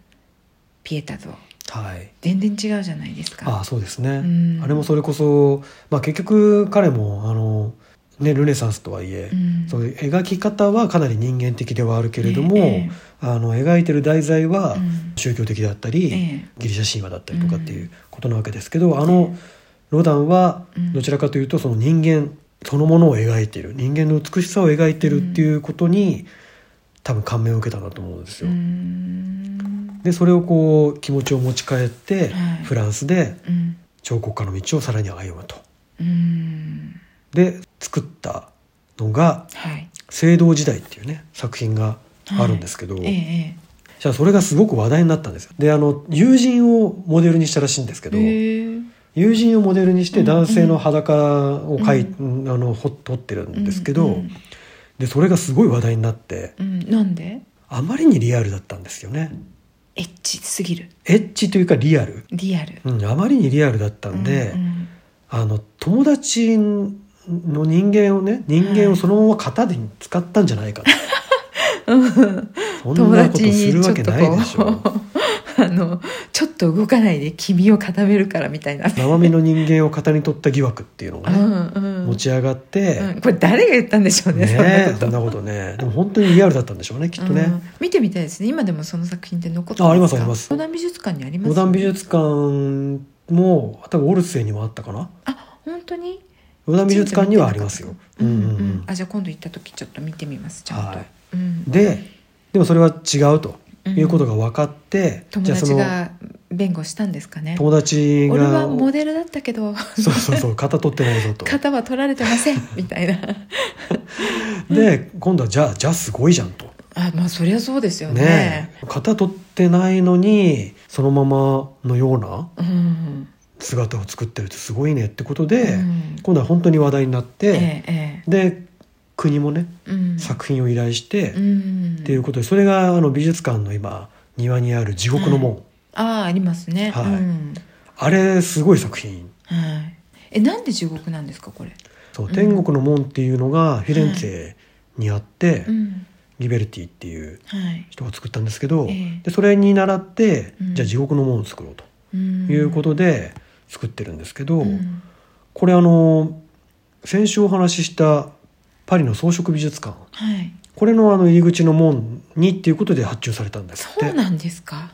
Speaker 1: ピエタ像
Speaker 2: はい
Speaker 1: 全然違うじゃないです
Speaker 2: ああ
Speaker 1: か
Speaker 2: そうですね、
Speaker 1: うん
Speaker 2: あれもそれこそ、まあ、結局彼もあの、ね、ルネサンスとはいえ、
Speaker 1: うん
Speaker 2: そういう描き方はかなり人間的ではあるけれども、
Speaker 1: ええ
Speaker 2: あの描いてる題材は
Speaker 1: うん
Speaker 2: 宗教的だったり、
Speaker 1: ええ
Speaker 2: ギリシャ神話だったりとかっていうことなわけですけど、あのロダンは
Speaker 1: うん
Speaker 2: どちらかというとその人間そのものを描いている人間の美しさを描いているっていうことに、多分感銘を受けたなと思うんです
Speaker 1: う
Speaker 2: よ。
Speaker 1: ーん
Speaker 2: でそれをこう気持ちを持ち帰って、
Speaker 1: はい
Speaker 2: フランスで
Speaker 1: うん
Speaker 2: 彫刻家の道をさらに歩むと。
Speaker 1: うん
Speaker 2: で作ったのが
Speaker 1: はい
Speaker 2: 「聖堂時代」っていうね作品があるんですけど、
Speaker 1: ええ
Speaker 2: じゃあそれがすごく話題になったんですよであの友人をモデルにしたらしいんですけど、
Speaker 1: ええ
Speaker 2: 友人をモデルにして男性の裸を描い、
Speaker 1: う
Speaker 2: あの彫彫ってるんですけど、
Speaker 1: うんうん
Speaker 2: でそれがすごい話題になって
Speaker 1: うんなんで
Speaker 2: あまりにリアルだったんですよね
Speaker 1: エッチすぎる
Speaker 2: エッチというかリアル、
Speaker 1: リアル
Speaker 2: うん、あまりにリアルだったんで、
Speaker 1: うんうん
Speaker 2: あの友達の人間をね人間をそのまま型で使ったんじゃないかと、そん
Speaker 1: 友
Speaker 2: なこと
Speaker 1: 達
Speaker 2: す
Speaker 1: に
Speaker 2: る
Speaker 1: ちょ
Speaker 2: わ
Speaker 1: っ
Speaker 2: け
Speaker 1: と
Speaker 2: ないでしょ
Speaker 1: こう (laughs) あのちょっと動かないで君を固めるからみたいな、ね、
Speaker 2: 生身の人間を型に取った疑惑っていうのが
Speaker 1: う
Speaker 2: ね、
Speaker 1: んうん
Speaker 2: 持ち上がって、
Speaker 1: うん、これ誰が言ったんでしょうね
Speaker 2: ねえ
Speaker 1: そ
Speaker 2: そ
Speaker 1: ん
Speaker 2: ん
Speaker 1: な
Speaker 2: な
Speaker 1: こ
Speaker 2: ことねでも本当にリアルだったんでしょうねき
Speaker 1: と
Speaker 2: っとね、
Speaker 1: うん見てみたいですね今でもその作品って残ってか
Speaker 2: あありますあります
Speaker 1: モダン美術館にあります
Speaker 2: モダン美術館も多分オルセイにもあったかな
Speaker 1: あ本当に
Speaker 2: モダン美術館にはありますよ、
Speaker 1: う
Speaker 2: うんん
Speaker 1: う
Speaker 2: うんん
Speaker 1: う
Speaker 2: うんん
Speaker 1: あじゃあ今度行った時ちょっと見てみますちゃんと、
Speaker 2: はい
Speaker 1: うん、
Speaker 2: ででもそれは違うということが分かって、
Speaker 1: 友
Speaker 2: じゃあそ
Speaker 1: 達
Speaker 2: の
Speaker 1: が弁護したんですかね
Speaker 2: 友達が
Speaker 1: 俺はモデルだったけど
Speaker 2: そうそう
Speaker 1: (laughs)
Speaker 2: そう型取ってないぞと
Speaker 1: 型は
Speaker 2: (laughs)
Speaker 1: 取られてませんみたいな
Speaker 2: で今度はじゃあじゃあすごいじゃんと
Speaker 1: あまあそりゃそうですよね
Speaker 2: ねえ型取ってないのにそのままのような
Speaker 1: うん
Speaker 2: 姿を作ってるってすごいねってことで、
Speaker 1: うん
Speaker 2: 今度は本当に話題になっ
Speaker 1: え
Speaker 2: て、
Speaker 1: ええ
Speaker 2: で国もね
Speaker 1: えうん
Speaker 2: 作品を依頼して、
Speaker 1: う
Speaker 2: っ
Speaker 1: ん
Speaker 2: ていうことでそれがあの美術館の今庭にある「地獄の門」
Speaker 1: ああありますね
Speaker 2: はい
Speaker 1: うん
Speaker 2: あれすごい作品
Speaker 1: はい、えなんで地獄なんですかこれ、
Speaker 2: そううん天国の門っていうのがフィレンツェにあって、
Speaker 1: うん
Speaker 2: リベルティっていう
Speaker 1: はい
Speaker 2: 人が作ったんですけど、
Speaker 1: ええ
Speaker 2: でそれに倣って、
Speaker 1: うん
Speaker 2: じゃあ地獄の門を作ろうと
Speaker 1: うん、
Speaker 2: いうことで作ってるんですけど、
Speaker 1: うん
Speaker 2: これあの先週お話ししたパリの装飾美術館
Speaker 1: はい、
Speaker 2: これのあの入り口の門にっていうことで発注されたんですっ
Speaker 1: そ
Speaker 2: て
Speaker 1: うなんですか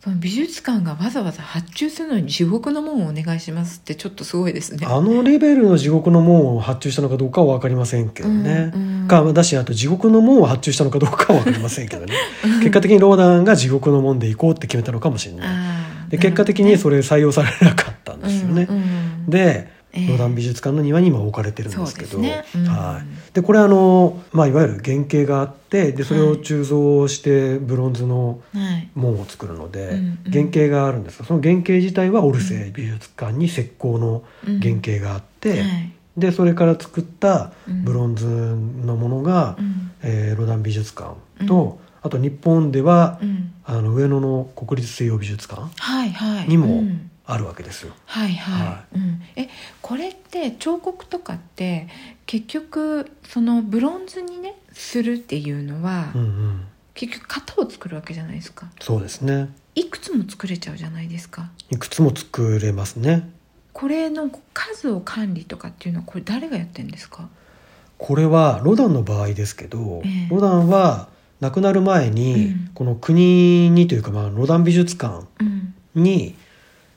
Speaker 1: その美術館がわざわざ発注するのに地獄の門をお願いしますってちょっとすごいですね
Speaker 2: あのレベルの地獄の門を発注したのかどうかは分かりませんけどね、
Speaker 1: うんうん
Speaker 2: かだしあと地獄の門を発注したのかどうかは分かりませんけどね結果的にローダンが地獄の門で行こうって決めたのかもしれない
Speaker 1: あー
Speaker 2: で結果的にそ
Speaker 1: な
Speaker 2: れ採用されなかったんで
Speaker 1: る
Speaker 2: す
Speaker 1: ほ
Speaker 2: よ
Speaker 1: ど
Speaker 2: ね、
Speaker 1: うんうん
Speaker 2: で
Speaker 1: ええ
Speaker 2: ローダン美術館の庭に今置かれてるんですけど
Speaker 1: そうですねうん
Speaker 2: はい、でこれあの、まあ、いわゆる原型があってでそれを鋳造してブロンズの
Speaker 1: はい
Speaker 2: 門を作るので、
Speaker 1: うんうん
Speaker 2: 原型があるんですがその原型自体はオルセイ美術館に石膏の原型があって、
Speaker 1: はい
Speaker 2: でそれから作った
Speaker 1: うん
Speaker 2: ブロンズのものが、
Speaker 1: うん
Speaker 2: えーロダン美術館と、あと日本では、
Speaker 1: うん
Speaker 2: あの上野の国立西洋美術館
Speaker 1: はいはい
Speaker 2: にも
Speaker 1: うん
Speaker 2: あるわけですよ。
Speaker 1: はいはい、
Speaker 2: は
Speaker 1: うん、えこれって彫刻とかって結局そのブロンズにねするっていうのは、
Speaker 2: うんうん、
Speaker 1: 結局型を作るわけじゃないですか
Speaker 2: そうですね
Speaker 1: いくつも作れちゃうじゃないですか
Speaker 2: いくつも作れますね。
Speaker 1: これの数を管理とかっていうのはこれ誰がやってるんですか
Speaker 2: これはロダンの場合ですけど、
Speaker 1: ええ
Speaker 2: ロダンは亡くなる前に、
Speaker 1: うん
Speaker 2: この国にというか、まあ、ロダン美術館
Speaker 1: うん
Speaker 2: に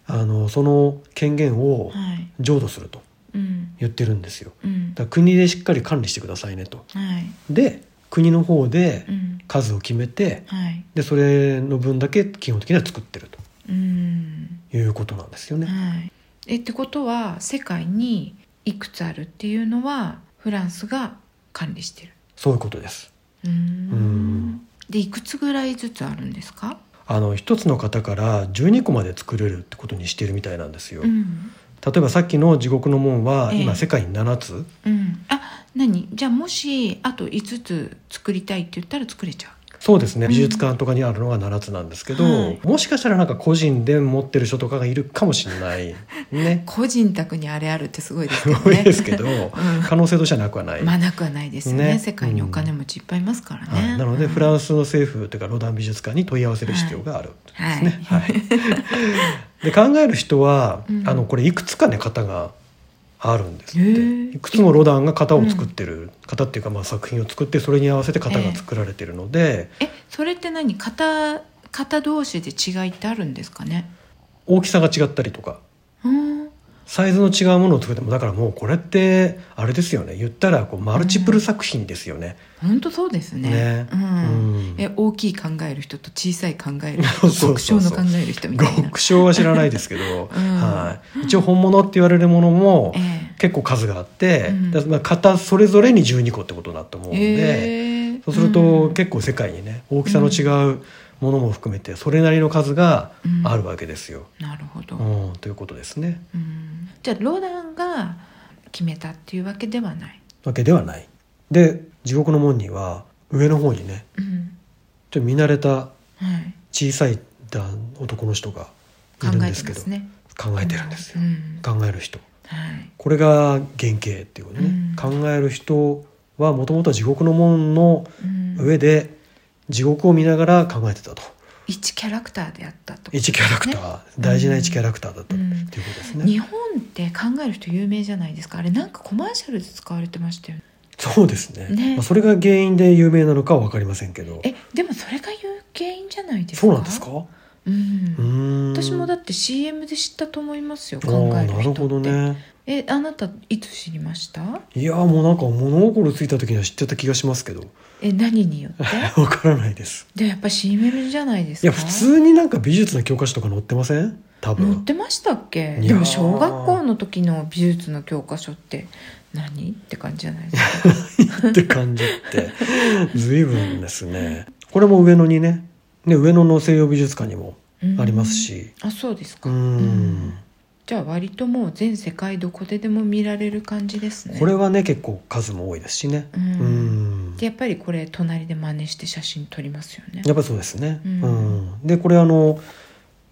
Speaker 2: あのその権限を
Speaker 1: はい
Speaker 2: 譲渡すると
Speaker 1: うん
Speaker 2: 言ってるんですよ。
Speaker 1: うん
Speaker 2: だから国でしっかり管理してくださいねと。
Speaker 1: はい
Speaker 2: で国の方で
Speaker 1: うん
Speaker 2: 数を決めて
Speaker 1: はい
Speaker 2: でそれの分だけ基本的には作ってる
Speaker 1: うん
Speaker 2: ということなんですよね。
Speaker 1: はいえってことは世界にいくつあるっていうのはフランスが管理してる
Speaker 2: そういうことです。
Speaker 1: うーん
Speaker 2: ん
Speaker 1: でいくつぐらいずつあるんですか、
Speaker 2: あの一つの型から12個まで作れるってことにしてるみたいなんですよ。
Speaker 1: うん
Speaker 2: 例えばさっきの地獄の門は
Speaker 1: ええ
Speaker 2: 今世界に7つ
Speaker 1: うん、あ何じゃあもしあと5つ作りたいって言ったら作れちゃ
Speaker 2: そうですね
Speaker 1: うん
Speaker 2: 美術館とかにあるのが7つなんですけど、
Speaker 1: はい
Speaker 2: もしかしたらなんか個人で持ってる人とかがいるかもしれない
Speaker 1: (laughs) う
Speaker 2: ね
Speaker 1: 個人宅にあれあるってすごいですけど
Speaker 2: 多い
Speaker 1: ね
Speaker 2: ですけど、可能性としてはなくはない、
Speaker 1: まあなくはないですよね
Speaker 2: ね
Speaker 1: 世界にお金持ちいっぱいいますからね、
Speaker 2: はいなので
Speaker 1: うん
Speaker 2: フランスの政府というかロダン美術館に問い合わせる必要があるんですね。
Speaker 1: は
Speaker 2: はいで考える人は、
Speaker 1: うん
Speaker 2: あのこれいくつかね型があるんですっ
Speaker 1: へ
Speaker 2: て
Speaker 1: え
Speaker 2: いくつもロダンが型を作ってる、型っていうかまあ作品を作ってそれに合わせて型
Speaker 1: え
Speaker 2: が
Speaker 1: え
Speaker 2: 作られてるので。
Speaker 1: えそれって何型型同士で違いってあるんですかね
Speaker 2: 大きさが違ったりとか
Speaker 1: うん
Speaker 2: サイズの違うものを作ってもだからもうこれってあれですよね言ったらこうマルチプル作品ですよね、
Speaker 1: 本当そうですね
Speaker 2: ね
Speaker 1: うん
Speaker 2: うん
Speaker 1: え大きい考える人と小さい考える人
Speaker 2: (laughs) そう
Speaker 1: と
Speaker 2: そ
Speaker 1: 極小
Speaker 2: うそう
Speaker 1: の考える人みたいな
Speaker 2: 極小は知らないですけど、
Speaker 1: (laughs) うん
Speaker 2: はい、一応本物って言われるものも
Speaker 1: ええ
Speaker 2: 結構数があって、
Speaker 1: うん
Speaker 2: だからまあ型それぞれに12個ってことだと思うんで、
Speaker 1: ええ
Speaker 2: そうすると結構世界にね大きさの違うものも含めてそれなりの数があるわけですよ。
Speaker 1: なるほど、
Speaker 2: うん、ということですね。
Speaker 1: うんじゃあロダンが決めたっていうわけではない、
Speaker 2: わけではない。で地獄の門には上の方にね
Speaker 1: うん
Speaker 2: ちょっと見慣れた
Speaker 1: はい、
Speaker 2: 小さい段男の人がい
Speaker 1: 考
Speaker 2: るん
Speaker 1: え
Speaker 2: で
Speaker 1: て
Speaker 2: すけ
Speaker 1: ま
Speaker 2: ど
Speaker 1: すね
Speaker 2: 考えてるんですよ、
Speaker 1: うん
Speaker 2: 考える人
Speaker 1: はい
Speaker 2: これが原型っていうことね、
Speaker 1: うん
Speaker 2: 考える人はもともとは地獄の門の
Speaker 1: うん
Speaker 2: 上で地獄を見ながら考えてたと
Speaker 1: 一キャラクターであったってこと
Speaker 2: 1キャラクター、大事な1キャラクターだったっていうことですね、
Speaker 1: 日本って考える人有名じゃないですかあれなんかコマーシャルで使われてましたよね
Speaker 2: そうですね
Speaker 1: ね
Speaker 2: まあ、それが原因で有名なのかは分かりませんけど
Speaker 1: えでもそれが原因じゃないですか
Speaker 2: そうなんですかう
Speaker 1: うん
Speaker 2: ーん
Speaker 1: 私もだ
Speaker 2: っ
Speaker 1: って CM で知ったと思いますよ考える人って
Speaker 2: なるほどね
Speaker 1: えあなたいつ知りました
Speaker 2: いやーもうなんか物心ついた時には知ってた気がします
Speaker 1: (laughs)
Speaker 2: けど
Speaker 1: え何によ
Speaker 2: (laughs)
Speaker 1: って
Speaker 2: わからないです
Speaker 1: でやっぱ CM じゃないです
Speaker 2: い
Speaker 1: か
Speaker 2: や普通になんか美術の教科書とか載ってません多
Speaker 1: 載っ
Speaker 2: 分
Speaker 1: てましたっけ
Speaker 2: いやー
Speaker 1: でも小学校の時の美術の教科書って何って感じじゃないですか
Speaker 2: って感じって随分ですねこれも上野にねね上野の西洋美術館にもありますし
Speaker 1: あそうです
Speaker 2: う
Speaker 1: か
Speaker 2: ん
Speaker 1: うんじゃあ割ともう全世界どこででも見られる感じですね
Speaker 2: これはね結構数も多いですしね
Speaker 1: うん
Speaker 2: うん
Speaker 1: でやっぱりこれ隣で真似して写真撮りますよね
Speaker 2: やっぱりそうですね、
Speaker 1: う
Speaker 2: うんんでこれあの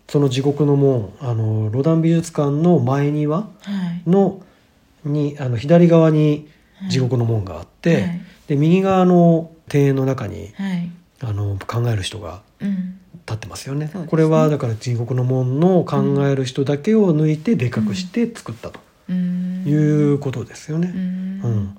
Speaker 2: その地獄の門あのロダン美術館の前庭
Speaker 1: はい
Speaker 2: のにあの左側に
Speaker 1: はい
Speaker 2: 地獄の門があって、
Speaker 1: はい
Speaker 2: で右側の庭園の中に
Speaker 1: はい
Speaker 2: あの考える人が
Speaker 1: うん
Speaker 2: 立ってますよね
Speaker 1: そうですね
Speaker 2: これはだから地獄の門の考える人だけを抜いてでかくして作ったと
Speaker 1: うん
Speaker 2: いうことですよ
Speaker 1: う
Speaker 2: ね。
Speaker 1: ん
Speaker 2: うん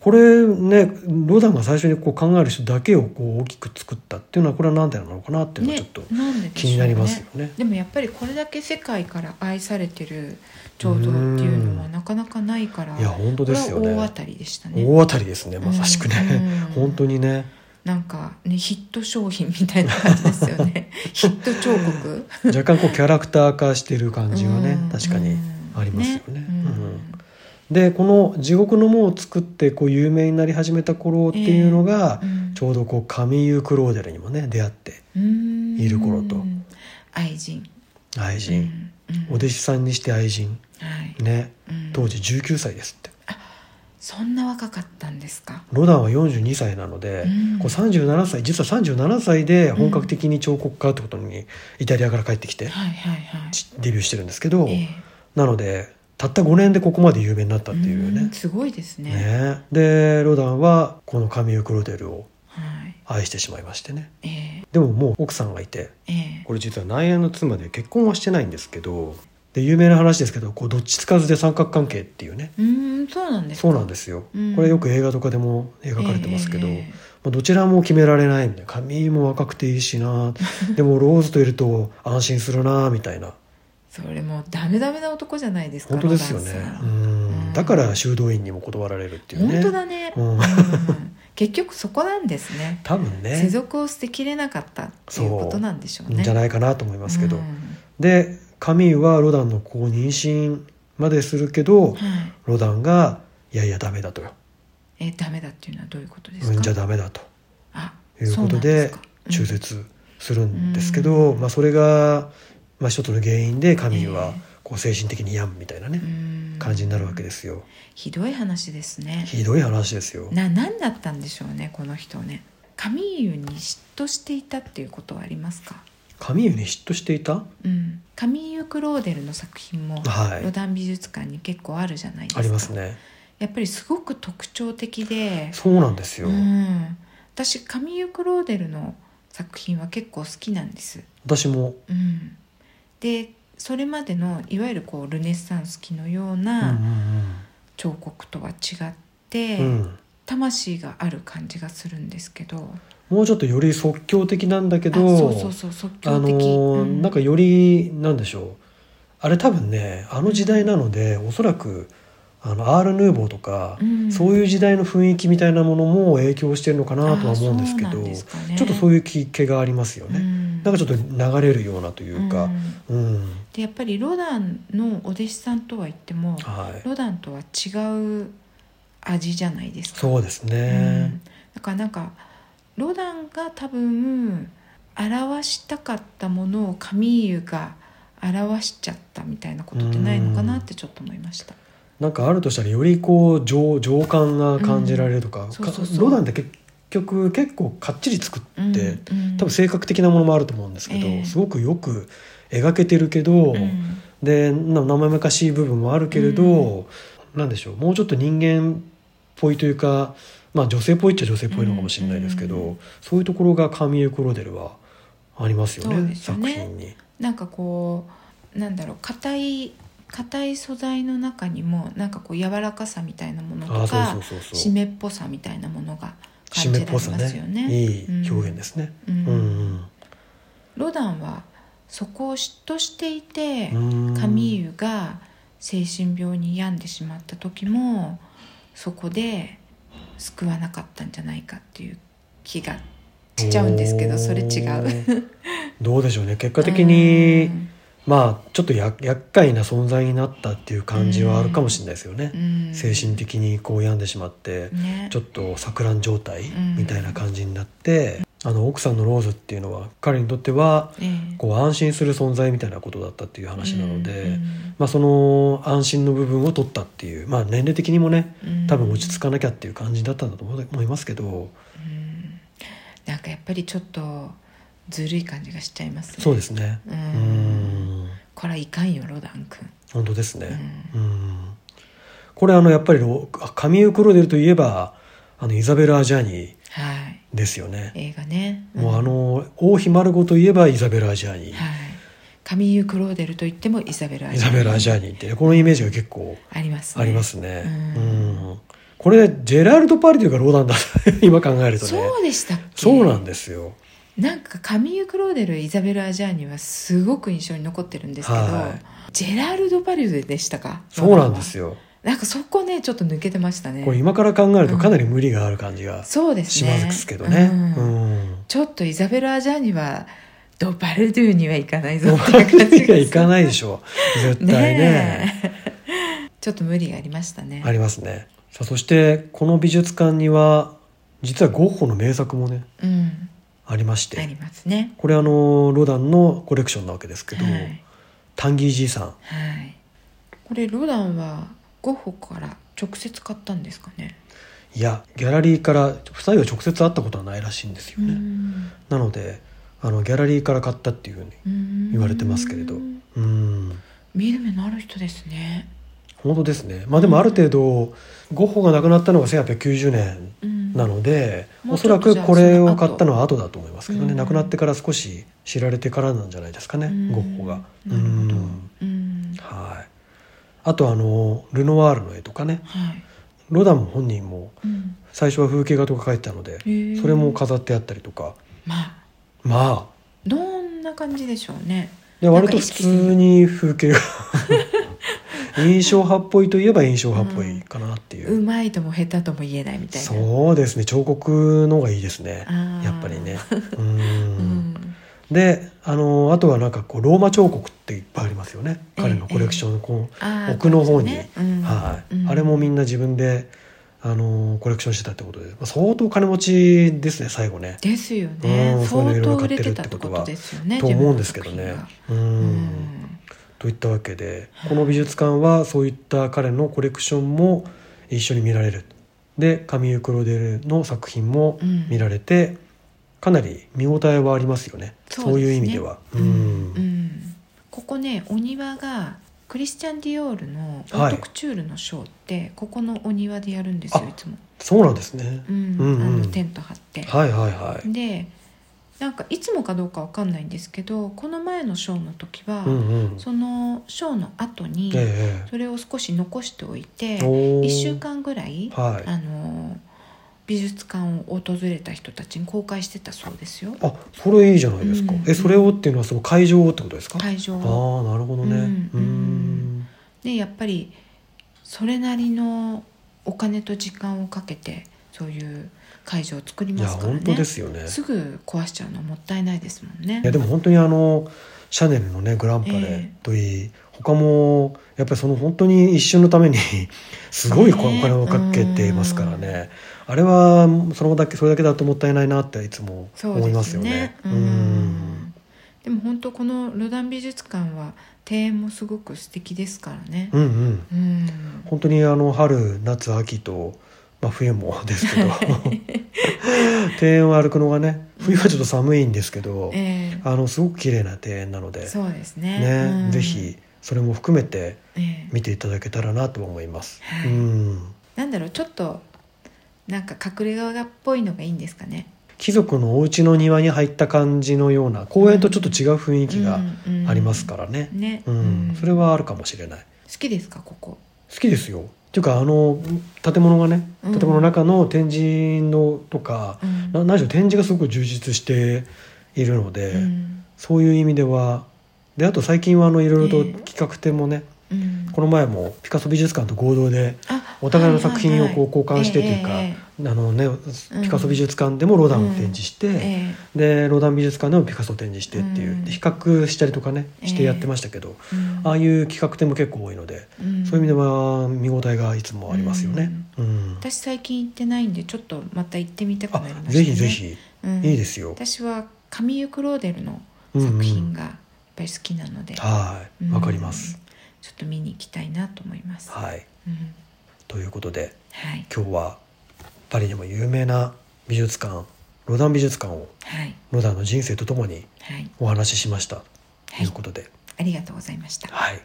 Speaker 2: これねロダンが最初にこう考える人だけをこう大きく作ったっていうのはこれは何でなのかなっていうのは
Speaker 1: ね
Speaker 2: ちょっと
Speaker 1: なんででしょうね
Speaker 2: 気になりますよね。
Speaker 1: でもやっぱりこれだけ世界から愛されてる浄土っていうのは
Speaker 2: うん
Speaker 1: なかなかないから
Speaker 2: いや本当ですよね
Speaker 1: これは大当たりでしたね
Speaker 2: 大当たりですねまさしくね、
Speaker 1: うん
Speaker 2: (laughs) 本当にね
Speaker 1: なんかねヒット商品みたいな感じですよ
Speaker 2: (laughs)
Speaker 1: ねヒット彫刻
Speaker 2: 若干こうキャラクター化してる感じはね
Speaker 1: うん
Speaker 2: 確かにありますよね。
Speaker 1: うん
Speaker 2: うんでこの「地獄の門」を作ってこう有名になり始めた頃っていうのが、
Speaker 1: うん
Speaker 2: ちょうどこうカミーユ・クローデルにもね出会って
Speaker 1: うん
Speaker 2: いる頃と
Speaker 1: 愛人
Speaker 2: 愛人、
Speaker 1: うんうん
Speaker 2: お弟子さんにして愛人
Speaker 1: はい
Speaker 2: ね
Speaker 1: うん
Speaker 2: 当時19歳ですって
Speaker 1: そんな若かったんですか
Speaker 2: ロダンは42歳なので、
Speaker 1: うん
Speaker 2: こう37歳実は37歳で本格的に彫刻家ってことにイタリアから帰ってきて、
Speaker 1: はいはいはい
Speaker 2: ちデビューしてるんですけど、
Speaker 1: ええ
Speaker 2: なのでたった5年でここまで有名になったっていうね
Speaker 1: んすごいですね
Speaker 2: ねでロダンはこのカミーユ・クローデルを
Speaker 1: はい
Speaker 2: 愛してしまいましてね
Speaker 1: ええ
Speaker 2: でももう奥さんがいて
Speaker 1: ええ
Speaker 2: これ実は内縁の妻で結婚はしてないんですけどで有名な話ですけどこうどっちつかずで三角関係っていうね
Speaker 1: うーんそうなんです
Speaker 2: そうなん
Speaker 1: で
Speaker 2: ですよ、
Speaker 1: うん
Speaker 2: これよく映画とかでも描かれてますけど、
Speaker 1: ええええええ
Speaker 2: まあどちらも決められないみたいな髪も若くていいし
Speaker 1: (laughs)
Speaker 2: なでもローズといると安心するなみたいな
Speaker 1: それもうダメダメな男じゃないですか
Speaker 2: 本当ですよ
Speaker 1: ロ
Speaker 2: ね
Speaker 1: ダンさ
Speaker 2: うんんだから修道院にも断られるっていうね
Speaker 1: 本当だね、
Speaker 2: うん
Speaker 1: うん結局そこなんですね
Speaker 2: 多分
Speaker 1: 世
Speaker 2: (laughs) ね
Speaker 1: 俗を捨てきれなかったっていうことなんでしょうね
Speaker 2: じゃ
Speaker 1: い
Speaker 2: ないかなと思いますけど、
Speaker 1: うん
Speaker 2: でカミーユはロダンのこう妊娠までするけど、
Speaker 1: はい
Speaker 2: ロダンが「いやいやダメだ」と「
Speaker 1: えダメだっていうのはどういうことです
Speaker 2: 産
Speaker 1: か
Speaker 2: んじゃダメだ」と
Speaker 1: あ
Speaker 2: いう
Speaker 1: そ
Speaker 2: こ
Speaker 1: うな
Speaker 2: と
Speaker 1: んで
Speaker 2: です
Speaker 1: かうん
Speaker 2: 中絶するんですけど、
Speaker 1: うん
Speaker 2: まあ、それが、まあ、一つの原因でカミーユ
Speaker 1: え
Speaker 2: は
Speaker 1: え
Speaker 2: こう精神的に病むみたいな
Speaker 1: う
Speaker 2: ね
Speaker 1: ん
Speaker 2: 感じになるわけですよ
Speaker 1: ひどい話ですね
Speaker 2: ひどい話ですよ
Speaker 1: な何だったんでしょうねこの人ねカミーユに嫉妬していたっていうことはありますか
Speaker 2: カミーユに嫉妬していた
Speaker 1: うん、カミーユ・クローデルの作品も
Speaker 2: はい
Speaker 1: ロダン美術館に結構あるじゃないですか
Speaker 2: ありますね
Speaker 1: やっぱりすごく特徴的で
Speaker 2: そうなんですよ、
Speaker 1: うん、私カミーユ・クローデルの作品は結構好きなんです、
Speaker 2: 私も、
Speaker 1: うん、でそれまでのいわゆるこうルネッサンス期のよう
Speaker 2: うん
Speaker 1: な彫刻とは違って、
Speaker 2: うんうんうん
Speaker 1: 魂がある感じがするんですけど
Speaker 2: もうちょっとより即興的なんだけ
Speaker 1: あ
Speaker 2: ど
Speaker 1: そうそうそう即
Speaker 2: あ
Speaker 1: 興
Speaker 2: の
Speaker 1: 的、
Speaker 2: ー
Speaker 1: うん
Speaker 2: なんかよりなんでしょうあれ多分ねあの時代なので、おそらくあのアール・ヌーボーとか、
Speaker 1: うん
Speaker 2: そういう時代の雰囲気みたいなものも影響してるのかなとは思うんですけ
Speaker 1: あ
Speaker 2: ど
Speaker 1: そうなんですかね
Speaker 2: ちょっとそういう気気がありますよ
Speaker 1: う
Speaker 2: ね、
Speaker 1: ん
Speaker 2: なんかちょっと流れるようなというか、
Speaker 1: ん
Speaker 2: うん
Speaker 1: でやっぱりロダンのお弟子さんとは言っても
Speaker 2: はい
Speaker 1: ロダンとは違う味じゃないですか。
Speaker 2: そうです
Speaker 1: う
Speaker 2: ね
Speaker 1: ん、だからなんかロダンが多分表したかったものをカミーユが表しちゃったみたいなことってないのかなってちょっと思いました。
Speaker 2: なんかあるとしたらよりこう情情感が感じられるとか,、
Speaker 1: んそうそうそう
Speaker 2: かロダンって結局結構かっちり作って、
Speaker 1: うん
Speaker 2: 多分性格的なものもあると思うんですけど、
Speaker 1: ええ
Speaker 2: すごくよく描けてるけど、
Speaker 1: うん
Speaker 2: でな生めかしい部分もあるけれど、なんでしょうもうちょっと人間っぽいというか、まあ、女性っぽいっちゃ女性っぽいのかもしれないですけど、
Speaker 1: うん
Speaker 2: そういうところがカミーユ・クローデルはありますよ
Speaker 1: そう
Speaker 2: ね
Speaker 1: ですよ
Speaker 2: 作
Speaker 1: ね
Speaker 2: 品に。
Speaker 1: なんかこうなんだろう硬い硬い素材の中にもなんかこう柔らかさみたいなもの
Speaker 2: あ
Speaker 1: と
Speaker 2: あ
Speaker 1: か
Speaker 2: そうそうそうそ
Speaker 1: 湿
Speaker 2: う
Speaker 1: っぽさみたいなものが感
Speaker 2: 締
Speaker 1: じ
Speaker 2: めっ
Speaker 1: られ
Speaker 2: ぽ
Speaker 1: ま
Speaker 2: さ
Speaker 1: すよ
Speaker 2: ね
Speaker 1: ね。
Speaker 2: いい表現ですね。
Speaker 1: うん
Speaker 2: うん
Speaker 1: ロダンはそこを嫉妬していて、
Speaker 2: うん
Speaker 1: カミーユが精神病に病んでしまった時もそこで救わなかったんじゃないかっていう気がしちゃうんですけ
Speaker 2: お
Speaker 1: ど
Speaker 2: ー (laughs)
Speaker 1: それ違う。
Speaker 2: どうでしょうね結果的に
Speaker 1: うん
Speaker 2: まあちょっとや厄介な存在になったっていう感じはあるかもしれないですよね
Speaker 1: う、ん、
Speaker 2: 精神的にこう病んでしまって、
Speaker 1: ね
Speaker 2: ちょっと錯乱状態
Speaker 1: うん
Speaker 2: みたいな感じになって、あの奥さんのローズっていうのは彼にとっては
Speaker 1: ええ
Speaker 2: こう安心する存在みたいなことだったっていう話なので、
Speaker 1: うん
Speaker 2: まあ、その安心の部分を取ったっていう、まあ、年齢的にもね
Speaker 1: うん
Speaker 2: 多分落ち着かなきゃっていう感じだったんだと思う思いますけど
Speaker 1: うんなんかやっぱりちょっとずるい感じがしちゃいますね
Speaker 2: そうですね
Speaker 1: う
Speaker 2: うんん
Speaker 1: これはいかんよロダン君
Speaker 2: 本当ですねうんこれあのやっぱりロあカミュー・クロデルといえばあのイザベル・アジャーニ
Speaker 1: はい
Speaker 2: ーですよね
Speaker 1: 映画ね
Speaker 2: もうあ
Speaker 1: ん
Speaker 2: の王妃マルゴといえばイザベル・アジャーニー
Speaker 1: はいカミーユ・クローデルといってもイザベル・ア
Speaker 2: イ
Speaker 1: ジャ
Speaker 2: ザ
Speaker 1: ーニー
Speaker 2: ベル・アジャーニーってねこのイメージが結構
Speaker 1: ありますね
Speaker 2: ありますね
Speaker 1: う
Speaker 2: うんんこれジェラルド・パリというかローダンだ今考えるとね (laughs)
Speaker 1: そうでしたっけ
Speaker 2: そうなんですよ
Speaker 1: なんかカミーユ・クローデルイザベル・アジャーニーはすごく印象に残ってるんですけど、
Speaker 2: は
Speaker 1: ジェラルド・パリュデでしたか
Speaker 2: そうなんです
Speaker 1: よ
Speaker 2: よ
Speaker 1: なんかそこねちょっと抜けてましたね
Speaker 2: これ今から考えるとかなり無理がある感じが
Speaker 1: そうです
Speaker 2: し
Speaker 1: ね
Speaker 2: ますけどね
Speaker 1: う
Speaker 2: うんん
Speaker 1: ちょっとイザベル・アジャーニーはド・バルドゥにはいかないぞ
Speaker 2: ロ
Speaker 1: って
Speaker 2: マ
Speaker 1: いう感じ
Speaker 2: に
Speaker 1: が
Speaker 2: はいかないでしょう絶対ね
Speaker 1: ね
Speaker 2: (laughs)
Speaker 1: えちょっと無理がありましたね
Speaker 2: ありますねさあそしてこの美術館には実はゴッホの名作もね
Speaker 1: うん
Speaker 2: ありまして、
Speaker 1: ありますね
Speaker 2: これあのロダンのコレクションなわけですけど、
Speaker 1: はい
Speaker 2: タンギーじいさん
Speaker 1: はい、これロダンはゴッホから直接買ったんですかね
Speaker 2: いやギャラリーから夫妻は直接会ったことはないらしいんですよね、
Speaker 1: うん
Speaker 2: なのであのギャラリーから買ったっていうふうに
Speaker 1: うん
Speaker 2: 言われてますけれどうん
Speaker 1: 見る目のある人ですね、
Speaker 2: 本当ですねまあでもある程度、ゴッホが亡くなったのが1890年
Speaker 1: うん、
Speaker 2: なので、
Speaker 1: うん
Speaker 2: おそら
Speaker 1: もうちょっ
Speaker 2: く
Speaker 1: と
Speaker 2: これ
Speaker 1: じゃあそ
Speaker 2: を
Speaker 1: の後
Speaker 2: 買ったのは後だと思いますけどね、
Speaker 1: うん
Speaker 2: 亡くなってから少し知られてからなんじゃないですかね、
Speaker 1: うん
Speaker 2: ゴッホが。
Speaker 1: なるほど
Speaker 2: うん
Speaker 1: うん
Speaker 2: はいあとあのルノワールの絵とかね
Speaker 1: はい、
Speaker 2: ロダンも本人も
Speaker 1: うん
Speaker 2: 最初は風景画とか描いてたので
Speaker 1: へー
Speaker 2: それも飾ってあったりとか
Speaker 1: まあ
Speaker 2: まあ
Speaker 1: どんな感じでしょうね
Speaker 2: で
Speaker 1: なん
Speaker 2: 割
Speaker 1: か
Speaker 2: と
Speaker 1: 意
Speaker 2: 普
Speaker 1: 識
Speaker 2: 通に風景
Speaker 1: (laughs)
Speaker 2: 画印象派っぽいといえば印象派っぽいかなっていう、
Speaker 1: うまいとも下手とも言えないみたいな
Speaker 2: そうですね彫刻の方がいいですね
Speaker 1: あー
Speaker 2: やっぱりねう
Speaker 1: うんん
Speaker 2: であのあとはなんかこうローマ彫刻っていっぱいありますよね
Speaker 1: ええ
Speaker 2: 彼のコレクションのこう
Speaker 1: あー
Speaker 2: 奥の方に、
Speaker 1: そうですねうん
Speaker 2: はい
Speaker 1: うん
Speaker 2: あれもみんな自分であのコレクションしてたってことで、まあ、相当金持ちですね最後ね
Speaker 1: ですよね
Speaker 2: うんそうい
Speaker 1: 相
Speaker 2: うのいろい
Speaker 1: 当
Speaker 2: ろ
Speaker 1: 売
Speaker 2: 買
Speaker 1: れ
Speaker 2: って
Speaker 1: て
Speaker 2: るった
Speaker 1: って
Speaker 2: て
Speaker 1: こ
Speaker 2: こと
Speaker 1: と
Speaker 2: は
Speaker 1: ですよね
Speaker 2: と思うんですけど
Speaker 1: 自
Speaker 2: ね
Speaker 1: 分の作。
Speaker 2: う
Speaker 1: 品が
Speaker 2: んといったわけでこの美術館はそういった彼のコレクションも一緒に見られるでカミュー・クロデルの作品も
Speaker 1: うん
Speaker 2: 見られて、かなり見応えはありますよねそう
Speaker 1: ですね
Speaker 2: いう意味では。
Speaker 1: う
Speaker 2: うんん
Speaker 1: うんここねお庭がクリスチャン・ディオールのオ
Speaker 2: は
Speaker 1: ー
Speaker 2: い
Speaker 1: トクチュールのショーって、ここのお庭でやるんですよ
Speaker 2: あ
Speaker 1: いつも、
Speaker 2: そうなんですね、
Speaker 1: うん
Speaker 2: うんうん
Speaker 1: あのテント張って、
Speaker 2: はいはいはい。
Speaker 1: でなんかいつもかどうかわかんないんですけどこの前のショーの時は、
Speaker 2: うんうん、
Speaker 1: そのショーの後に、
Speaker 2: え
Speaker 1: それを少し残しておいて
Speaker 2: えおー
Speaker 1: 1週間ぐらい、
Speaker 2: はい
Speaker 1: あの美術館を訪れた人たちに公開してたそうですよ
Speaker 2: あそれいいじゃないですか、
Speaker 1: うん
Speaker 2: えそれをっていうのはその会場をってことですか、
Speaker 1: 会場
Speaker 2: ああ
Speaker 1: を
Speaker 2: ーなるほどね
Speaker 1: うん
Speaker 2: うん
Speaker 1: でやっぱりそれなりのお金と時間をかけてそういう会場を作り
Speaker 2: い
Speaker 1: ま
Speaker 2: や
Speaker 1: すからね
Speaker 2: 本当ですよね
Speaker 1: すぐ壊しちゃうのはもったいないですもんね
Speaker 2: いやでも本当にあのシャネルのねグランパレ
Speaker 1: え
Speaker 2: といい、他もやっぱりその本当に一瞬のために (laughs) すごいこう
Speaker 1: ね
Speaker 2: お金をかけてますからねあれはそのだけそれだけだともったいないなっていつも
Speaker 1: そう
Speaker 2: 思い
Speaker 1: で
Speaker 2: ます
Speaker 1: す
Speaker 2: よね
Speaker 1: ね。
Speaker 2: う
Speaker 1: うん
Speaker 2: ん
Speaker 1: でも本当このロダン美術館は庭園もすごく素敵ですからね
Speaker 2: うんうん
Speaker 1: うん
Speaker 2: 本当にあの春夏秋と、まあ、冬もですけど庭園を歩くのがね冬はちょっと寒いんですけど、
Speaker 1: ええ
Speaker 2: あのすごく綺麗な庭園なので、
Speaker 1: そうですね
Speaker 2: ね
Speaker 1: うん
Speaker 2: ぜひそれも含めて
Speaker 1: ええ
Speaker 2: 見ていただけたらなと思います。
Speaker 1: はい
Speaker 2: うん、
Speaker 1: なんだろうちょっとなんか隠れ家っぽいのがいいんですかね
Speaker 2: 貴族のお家の庭に入った感じのような公園とちょっと違う雰囲気が
Speaker 1: うんうん
Speaker 2: ありますからね。
Speaker 1: ね、
Speaker 2: うんそれはあるかもしれない。
Speaker 1: 好きですかここ
Speaker 2: 好きですよ。っていうかあの建物がね、
Speaker 1: うん
Speaker 2: 建物の中の展示のとか、
Speaker 1: うん
Speaker 2: な何しろ展示がすごく充実しているので、
Speaker 1: うん
Speaker 2: そういう意味では。であと最近はあのいろいろと
Speaker 1: ええ
Speaker 2: 企画展もね、
Speaker 1: うん
Speaker 2: この前もピカソ美術館と合同で
Speaker 1: あ
Speaker 2: お互いの作品をこう
Speaker 1: はいは
Speaker 2: 交
Speaker 1: いはい
Speaker 2: 換してというか、
Speaker 1: ええ
Speaker 2: あのね、ピカソ美術館でもロダンを展示して、
Speaker 1: ええ
Speaker 2: でロダン美術館でもピカソを展示してっていう、
Speaker 1: うん
Speaker 2: で比較したりとかねしてやってましたけど、ああいう企画展も結構多いので、
Speaker 1: うん
Speaker 2: そういう意味では見応えがいつもありますよね。うん
Speaker 1: 私最近行ってないんでちょっとまた行ってみたく
Speaker 2: あ
Speaker 1: なりましたね
Speaker 2: ぜひぜひ、
Speaker 1: うん
Speaker 2: いいですよ。
Speaker 1: 私はカミユ・クローデルの
Speaker 2: うんうん
Speaker 1: 作品がやっぱり好きなので
Speaker 2: はい、
Speaker 1: うん
Speaker 2: わかります。
Speaker 1: ちょっと見に行きたいなと思いますは
Speaker 2: はい、
Speaker 1: うん
Speaker 2: ということで
Speaker 1: はい
Speaker 2: 今日はパリでも有名な美術館ロダン美術館を
Speaker 1: はい
Speaker 2: ロダンの人生とともに
Speaker 1: はい
Speaker 2: お話ししましたと
Speaker 1: はいいう
Speaker 2: ことで、
Speaker 1: ありがとうございました
Speaker 2: はい、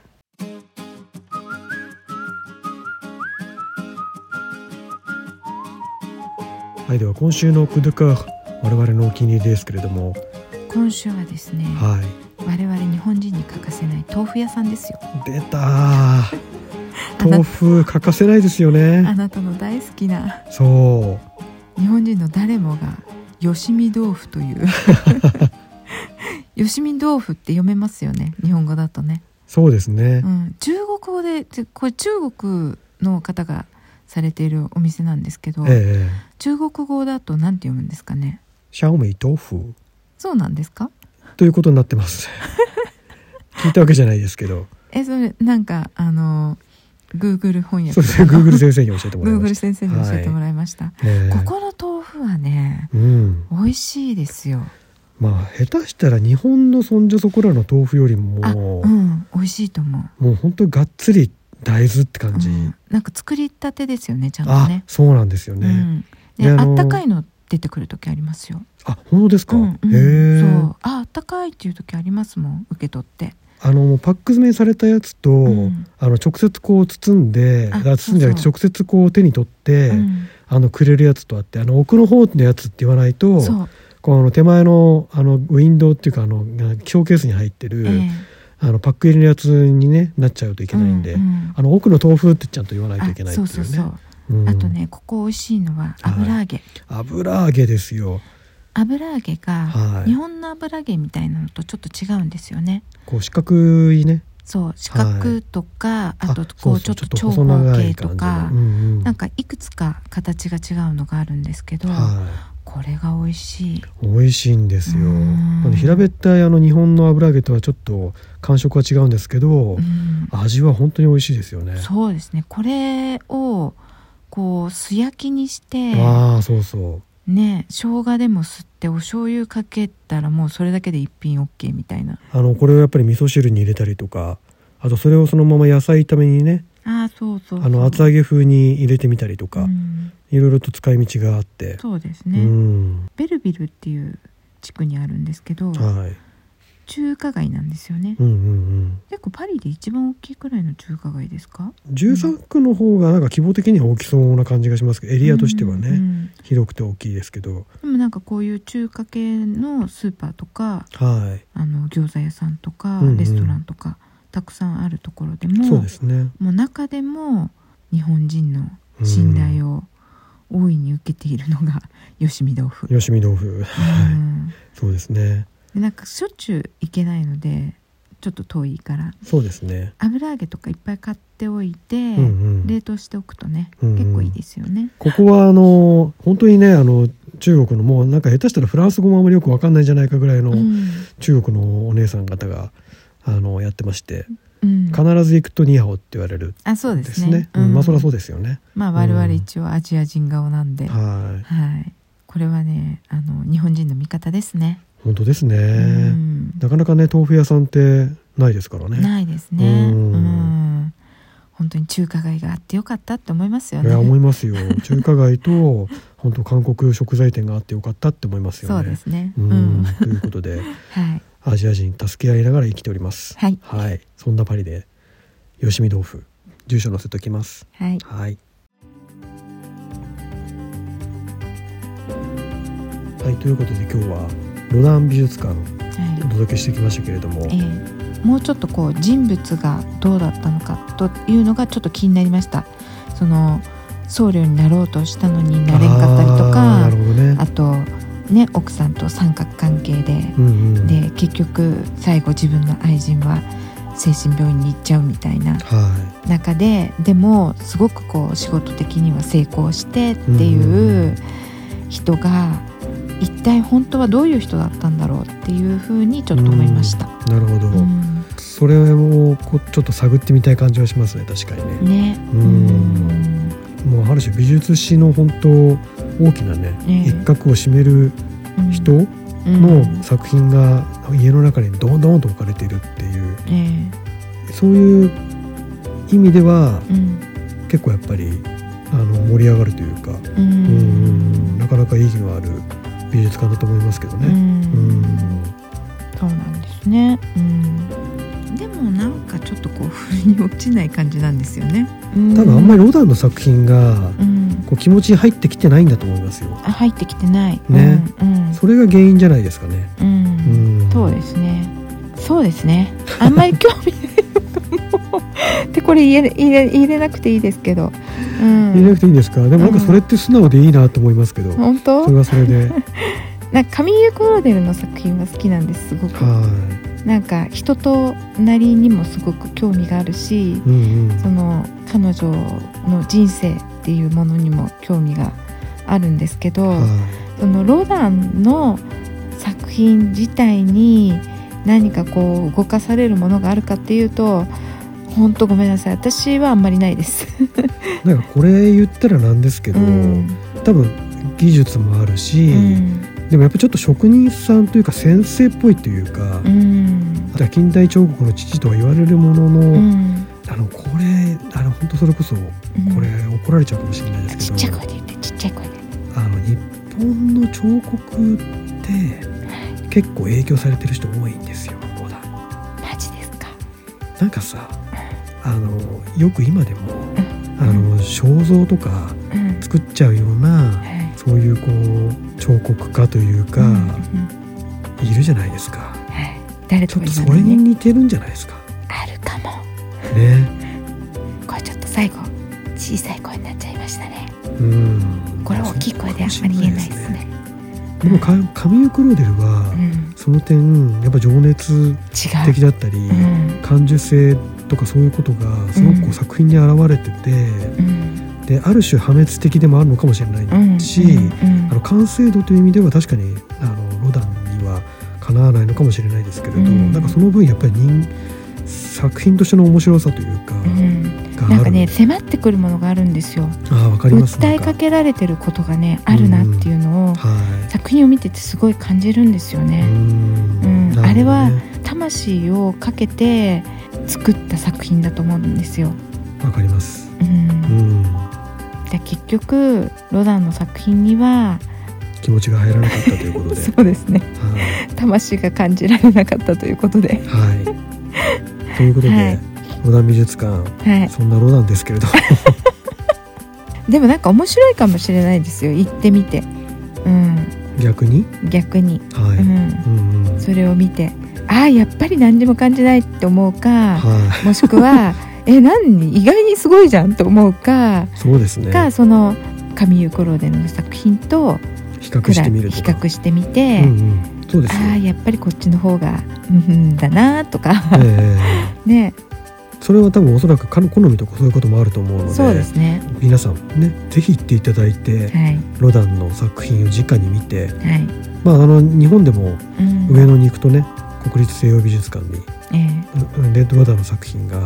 Speaker 2: はい、では今週のクドゥカー我々のお気に入りですけれども、
Speaker 1: 今週はですね
Speaker 2: はい、
Speaker 1: 我々日本人に欠かせない豆腐屋さんですよ
Speaker 2: 出
Speaker 1: (laughs)
Speaker 2: たー豆腐欠かせないですよ
Speaker 1: あ
Speaker 2: ね
Speaker 1: なたの大好きな
Speaker 2: そ
Speaker 1: 日本人の誰もが吉見豆腐という
Speaker 2: (laughs)
Speaker 1: 吉見豆腐って読めますよね日本語だとね、
Speaker 2: うそうですね
Speaker 1: う、ん、中国語ででこれ中国の方がされているお店なんですけど、
Speaker 2: ええ
Speaker 1: 中国語だとなんて読むんですかね
Speaker 2: シャオメイ豆腐
Speaker 1: そうなんですか
Speaker 2: ということになってます (laughs) 聞いたわけじゃないですけど
Speaker 1: えそれなんかあの Google 翻
Speaker 2: そ
Speaker 1: 訳
Speaker 2: うですね Google 先生に教えてもらいま
Speaker 1: Google
Speaker 2: し
Speaker 1: 先生に教えてもらいました、
Speaker 2: た、ええ
Speaker 1: ここの豆腐はね
Speaker 2: うん
Speaker 1: 美味しいですよ
Speaker 2: まあ下手したら日本のそんじょそこらの豆腐より
Speaker 1: あ
Speaker 2: も、
Speaker 1: うん美味しいと思う
Speaker 2: もう本当にがっつり大豆って感じ、
Speaker 1: うん、なんか作りたてですよねちゃんと
Speaker 2: あ、
Speaker 1: ね
Speaker 2: そうなんですよね、
Speaker 1: うん、で
Speaker 2: であ
Speaker 1: あ
Speaker 2: の
Speaker 1: ったかいの出てくる時ありますよ、
Speaker 2: あ本当です
Speaker 1: う
Speaker 2: か、
Speaker 1: んうん、
Speaker 2: へえ
Speaker 1: そうああったかいっていう時ありますもん受け取って
Speaker 2: あのパック詰めされたやつと、
Speaker 1: うん
Speaker 2: あの直接こう包んで
Speaker 1: あ
Speaker 2: あ包んじゃなくて
Speaker 1: そう
Speaker 2: 直接こう手に取って、
Speaker 1: うん
Speaker 2: あのくれるやつとあってあの奥の方のやつって言わないと
Speaker 1: そう、
Speaker 2: こうあの手前のあのウィンドウっていうかあのなショーケースに入ってる、
Speaker 1: ええ
Speaker 2: あのパック入りのやつに、ね、なっちゃうといけないんで、
Speaker 1: うんうん
Speaker 2: あの奥の豆腐ってちゃんと言わないといけ
Speaker 1: あ
Speaker 2: ないって
Speaker 1: そ
Speaker 2: いうう
Speaker 1: そう
Speaker 2: ね
Speaker 1: そう、
Speaker 2: うん
Speaker 1: あとねここ美味しいのは油揚げ、
Speaker 2: 油揚げですよ
Speaker 1: 油揚げが、
Speaker 2: はい
Speaker 1: 日本の油揚げみたいなのとちょっと違うんですよね
Speaker 2: こう四角いね
Speaker 1: そう四角とか、あと
Speaker 2: そ
Speaker 1: こ
Speaker 2: う
Speaker 1: う
Speaker 2: そ
Speaker 1: ちょ
Speaker 2: う
Speaker 1: っと長
Speaker 2: 細
Speaker 1: 方
Speaker 2: 長い
Speaker 1: 形と
Speaker 2: 感じの
Speaker 1: か、
Speaker 2: うんうん
Speaker 1: なんかいくつか形が違うのがあるんですけど、
Speaker 2: は
Speaker 1: これが美味しい
Speaker 2: い、美味しいんですよ
Speaker 1: うん
Speaker 2: なので平べったいあの日本の油揚げとはちょっと感触は違うんですけど、
Speaker 1: うん
Speaker 2: 味は本当に美味しいですよね
Speaker 1: そうですねこれをこう素焼きにして
Speaker 2: ああそうそう
Speaker 1: ね生姜でも吸ってお醤油かけたらもうそれだけで一品 OK みたいな
Speaker 2: あのこれをやっぱり味噌汁に入れたりとかあとそれをそのまま野菜炒めにね
Speaker 1: ああそうそうそう
Speaker 2: あの厚揚げ風に入れてみたりとか、
Speaker 1: うん
Speaker 2: いろいろと使い道があって
Speaker 1: そうです
Speaker 2: う,、
Speaker 1: ね、
Speaker 2: ん
Speaker 1: ベルビルっていう地区にあるんですけど
Speaker 2: はい
Speaker 1: 中華街なんですよね、
Speaker 2: うんうん
Speaker 1: 結構パリで一番大きいくらいの中華街ですか
Speaker 2: うん13区の方がなんか規模的には大きそうな感じがしますけどエリアとしてはね、
Speaker 1: うんうん
Speaker 2: 広くて大きいですけど
Speaker 1: でもなんかこういう中華系のスーパーとか
Speaker 2: は
Speaker 1: あの餃子屋さんとか
Speaker 2: うんうん
Speaker 1: レストランとかたくさんあるところで
Speaker 2: い、
Speaker 1: も、
Speaker 2: そうですね
Speaker 1: もう中でも日本人の信頼を大いに受けているのが (laughs) 吉見豆腐、
Speaker 2: 吉見豆腐 (laughs)
Speaker 1: う
Speaker 2: はい
Speaker 1: ん
Speaker 2: そうですね
Speaker 1: でなんかしょっちゅう行けないのでちょっと遠いから
Speaker 2: そうですね
Speaker 1: 油揚げとかいっぱい買っておいて、
Speaker 2: うんうん
Speaker 1: 冷凍しておくとね、
Speaker 2: うんうん
Speaker 1: 結構いいですよね
Speaker 2: ここはあの本当にねあの中国のもうなんか下手したらフランス語もあまりよくわかんないんじゃないかぐらいの、
Speaker 1: うん
Speaker 2: 中国のお姉さん方があのやってまして
Speaker 1: うん
Speaker 2: 必ず行くとニーハオって言われる
Speaker 1: あそう
Speaker 2: で
Speaker 1: ですす
Speaker 2: ね
Speaker 1: ね
Speaker 2: うんまあそりゃそううんですよね、
Speaker 1: まあ我々一応アジア人顔なんで、
Speaker 2: はい
Speaker 1: はいこれはねあの日本人の味方ですね、
Speaker 2: 本当ですね、
Speaker 1: うん
Speaker 2: なかなかね豆腐屋さんってないですからね
Speaker 1: ないですね
Speaker 2: う
Speaker 1: うんん本当に中華街があってよかったって思いますよ
Speaker 2: い
Speaker 1: ね
Speaker 2: や思いま
Speaker 1: (laughs)
Speaker 2: すよ中華街と本当韓国食材店があってよかったって思いますよ
Speaker 1: そ
Speaker 2: ね
Speaker 1: うですね
Speaker 2: う
Speaker 1: うんん、
Speaker 2: ということで
Speaker 1: はい
Speaker 2: アジア人助け合いながら生きております
Speaker 1: はい
Speaker 2: はいそんなパリで吉見豆腐住所載せときます
Speaker 1: はい
Speaker 2: はい。はい、ということで今日はロダン美術館お
Speaker 1: は
Speaker 2: 届けしてきましたけれども、
Speaker 1: いえーもうちょっとこう人物がどうだったのかというのがちょっと気になりましたその僧侶になろうとしたのになれんかったりと
Speaker 2: あーな
Speaker 1: か
Speaker 2: るほどね
Speaker 1: あ。とね奥さんと三角関係で
Speaker 2: うんうん。
Speaker 1: で結局最後自分の愛人は精神病院に行っちゃうみたいな
Speaker 2: は
Speaker 1: 中ででもすごくこう仕事的には成功してっていう人が一体本当はどういう人だったんだろうっていうふうにちょっと思いました。
Speaker 2: いなるほど、
Speaker 1: うん
Speaker 2: それをこうちょっと探ってみたい感じはしますね確かにね、
Speaker 1: ね、
Speaker 2: うんもうある種美術史の本当大きなね、
Speaker 1: ええ
Speaker 2: 一角を占める
Speaker 1: うん
Speaker 2: 人の作品が家の中にドンドンと置かれているっていう
Speaker 1: うんえ
Speaker 2: そういう意味では
Speaker 1: えうん
Speaker 2: 結構やっぱりあの盛り上がるというか、
Speaker 1: う
Speaker 2: うん
Speaker 1: ん
Speaker 2: なかなか意義のある美術館だと思いますけど
Speaker 1: う
Speaker 2: ね。うん
Speaker 1: んそうなんですね。うん。でもなんかちょっとこう腑に落ちない感じなんですよね。
Speaker 2: 多分あんま
Speaker 1: り。
Speaker 2: りロダンの作品が
Speaker 1: うん。
Speaker 2: こう気持ちに入ってきてないんだと思いますよ。
Speaker 1: あ入ってきてない。
Speaker 2: ね
Speaker 1: うん。
Speaker 2: それが原因じゃないですかね。
Speaker 1: うん。うん
Speaker 2: ん
Speaker 1: そうですね。そうですね。あんまり興味ない。 (laughs) でこれ言え入れ入れなくていいですけど。う。
Speaker 2: 入れなんくていいんですか。でもなんかそれって素直でいいなと思いますけど、
Speaker 1: 本当
Speaker 2: それ？はそ
Speaker 1: (laughs)
Speaker 2: れで、
Speaker 1: なんかカミーユ・クローデルの作品は好きなんですすごく。
Speaker 2: は
Speaker 1: なんか人となりにもすごく興味があるし。
Speaker 2: い、うんうん、
Speaker 1: その彼女の人生っていうものにも興味があるんですけど、
Speaker 2: は
Speaker 1: そのロダンの作品自体に何かこう動かされるものがあるかっていうと本当ごめんなさい私はあんまりないです。
Speaker 2: い、なんかこれ言ったらなんですけ
Speaker 1: う
Speaker 2: ど、
Speaker 1: ん
Speaker 2: 多分技術もあるし、
Speaker 1: うん
Speaker 2: でもやっぱちょっと職人さんというか先生っぽいというか
Speaker 1: う、ん
Speaker 2: あとは近代彫刻の父とは言われるものの、
Speaker 1: うん
Speaker 2: あのこれあの本当それこそこ
Speaker 1: うん
Speaker 2: れ怒られちゃうかもしれないで
Speaker 1: ち
Speaker 2: す
Speaker 1: っ
Speaker 2: け
Speaker 1: ちゃい
Speaker 2: ど、
Speaker 1: 声で言ってちっちゃい声で。
Speaker 2: あの日本の彫刻って結構影響されてる人多いんですよ。ロダン
Speaker 1: マジですか。
Speaker 2: なんかさあのよく今でも
Speaker 1: うん
Speaker 2: あの肖像とか
Speaker 1: うん
Speaker 2: 作っちゃうような
Speaker 1: はい
Speaker 2: そういうこう彫刻家というか、
Speaker 1: うんうん
Speaker 2: いるじゃないですか
Speaker 1: はい誰
Speaker 2: ち
Speaker 1: と
Speaker 2: ょっ
Speaker 1: か
Speaker 2: と
Speaker 1: 言
Speaker 2: そ
Speaker 1: わな
Speaker 2: れ
Speaker 1: い
Speaker 2: に
Speaker 1: ね。
Speaker 2: 似てるんじゃないですか
Speaker 1: あるかも。
Speaker 2: ね
Speaker 1: これちょっと最後小さい声になっちゃいましたね
Speaker 2: うん
Speaker 1: これ大きい声であんまり言えないですね
Speaker 2: でもかカミュー・クローデルは、
Speaker 1: うん
Speaker 2: その点やっぱ情熱
Speaker 1: 違
Speaker 2: 的だったり、
Speaker 1: ううん
Speaker 2: 感受性とかそういうことがすごくこ
Speaker 1: うん
Speaker 2: う作品に現れてて、
Speaker 1: うん
Speaker 2: である種破滅的でもあるのかもしれな
Speaker 1: うん
Speaker 2: いし、
Speaker 1: うん
Speaker 2: あの完成度という意味では確かにあのロダンにはかなわないのかもしれないですけれど、
Speaker 1: うん
Speaker 2: なんかその分やっぱり人作品としての面白さというか、
Speaker 1: うん
Speaker 2: がある
Speaker 1: なんかね迫ってくるものがあるんですよ
Speaker 2: ああわかります
Speaker 1: 訴えかけられてることがねあるなっていうのを
Speaker 2: なんかは
Speaker 1: 作品を見ててすごい感じるんですよ
Speaker 2: い、
Speaker 1: ね
Speaker 2: ん
Speaker 1: うん
Speaker 2: なるほどね
Speaker 1: あれは魂をかけて作った作品だと思うんですよ
Speaker 2: わかります
Speaker 1: うん
Speaker 2: うん
Speaker 1: で結局ロダンの作品には
Speaker 2: 気持ちが入らなかったということ
Speaker 1: (laughs)
Speaker 2: で
Speaker 1: そうですね
Speaker 2: はい、
Speaker 1: 魂が感じられなかったということで
Speaker 2: はい、ということで、
Speaker 1: はい
Speaker 2: ロダン美術館
Speaker 1: はい
Speaker 2: そんなロダンで
Speaker 1: (laughs)
Speaker 2: すけれど
Speaker 1: でもなんか面白いかもしれないですよ行ってみてうん
Speaker 2: 逆に
Speaker 1: 逆に、
Speaker 2: はい、
Speaker 1: う
Speaker 2: うん
Speaker 1: ん、
Speaker 2: うん
Speaker 1: それを見てああやっぱり何にも感じないって思うか
Speaker 2: は
Speaker 1: もしく
Speaker 2: (laughs)
Speaker 1: はえ何意外にすごいじゃんと思うか
Speaker 2: いそうですね
Speaker 1: がそのカミユ・コローデの作品と
Speaker 2: 比較
Speaker 1: 比
Speaker 2: してみるとか
Speaker 1: 較してみて、
Speaker 2: うんうん、そうですよ
Speaker 1: ああやっぱりこっちの方がうんだなとか
Speaker 2: ええ
Speaker 1: ね
Speaker 2: それは多分おそらく彼の好みとかそういうこともあると思うので
Speaker 1: そうですね
Speaker 2: 皆さんねぜひ行っていただいて
Speaker 1: はい
Speaker 2: ロダンの作品を直に見て、
Speaker 1: はい、
Speaker 2: まあ、あの日本でも
Speaker 1: うん
Speaker 2: 上野に行くとね国立西洋美術館に
Speaker 1: ええ
Speaker 2: うんレッドロダンの作品が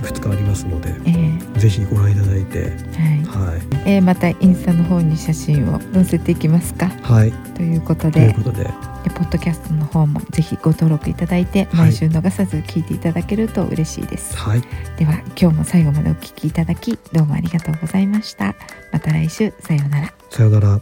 Speaker 2: いくつかありますので
Speaker 1: え
Speaker 2: ぜひご覧いただいて
Speaker 1: えはい
Speaker 2: はい、
Speaker 1: えーまたインスタの方に写真を載せていきますか
Speaker 2: はい、
Speaker 1: ということ
Speaker 2: とい
Speaker 1: で
Speaker 2: うことで
Speaker 1: でポッドキャストの方もぜひご登録いただいて
Speaker 2: はい
Speaker 1: 毎週逃さず聞いていただけると嬉しいです、
Speaker 2: はい
Speaker 1: では今日も最後までお聞きいただきどうもありがとうございましたまた来週さようなら
Speaker 2: さようなら。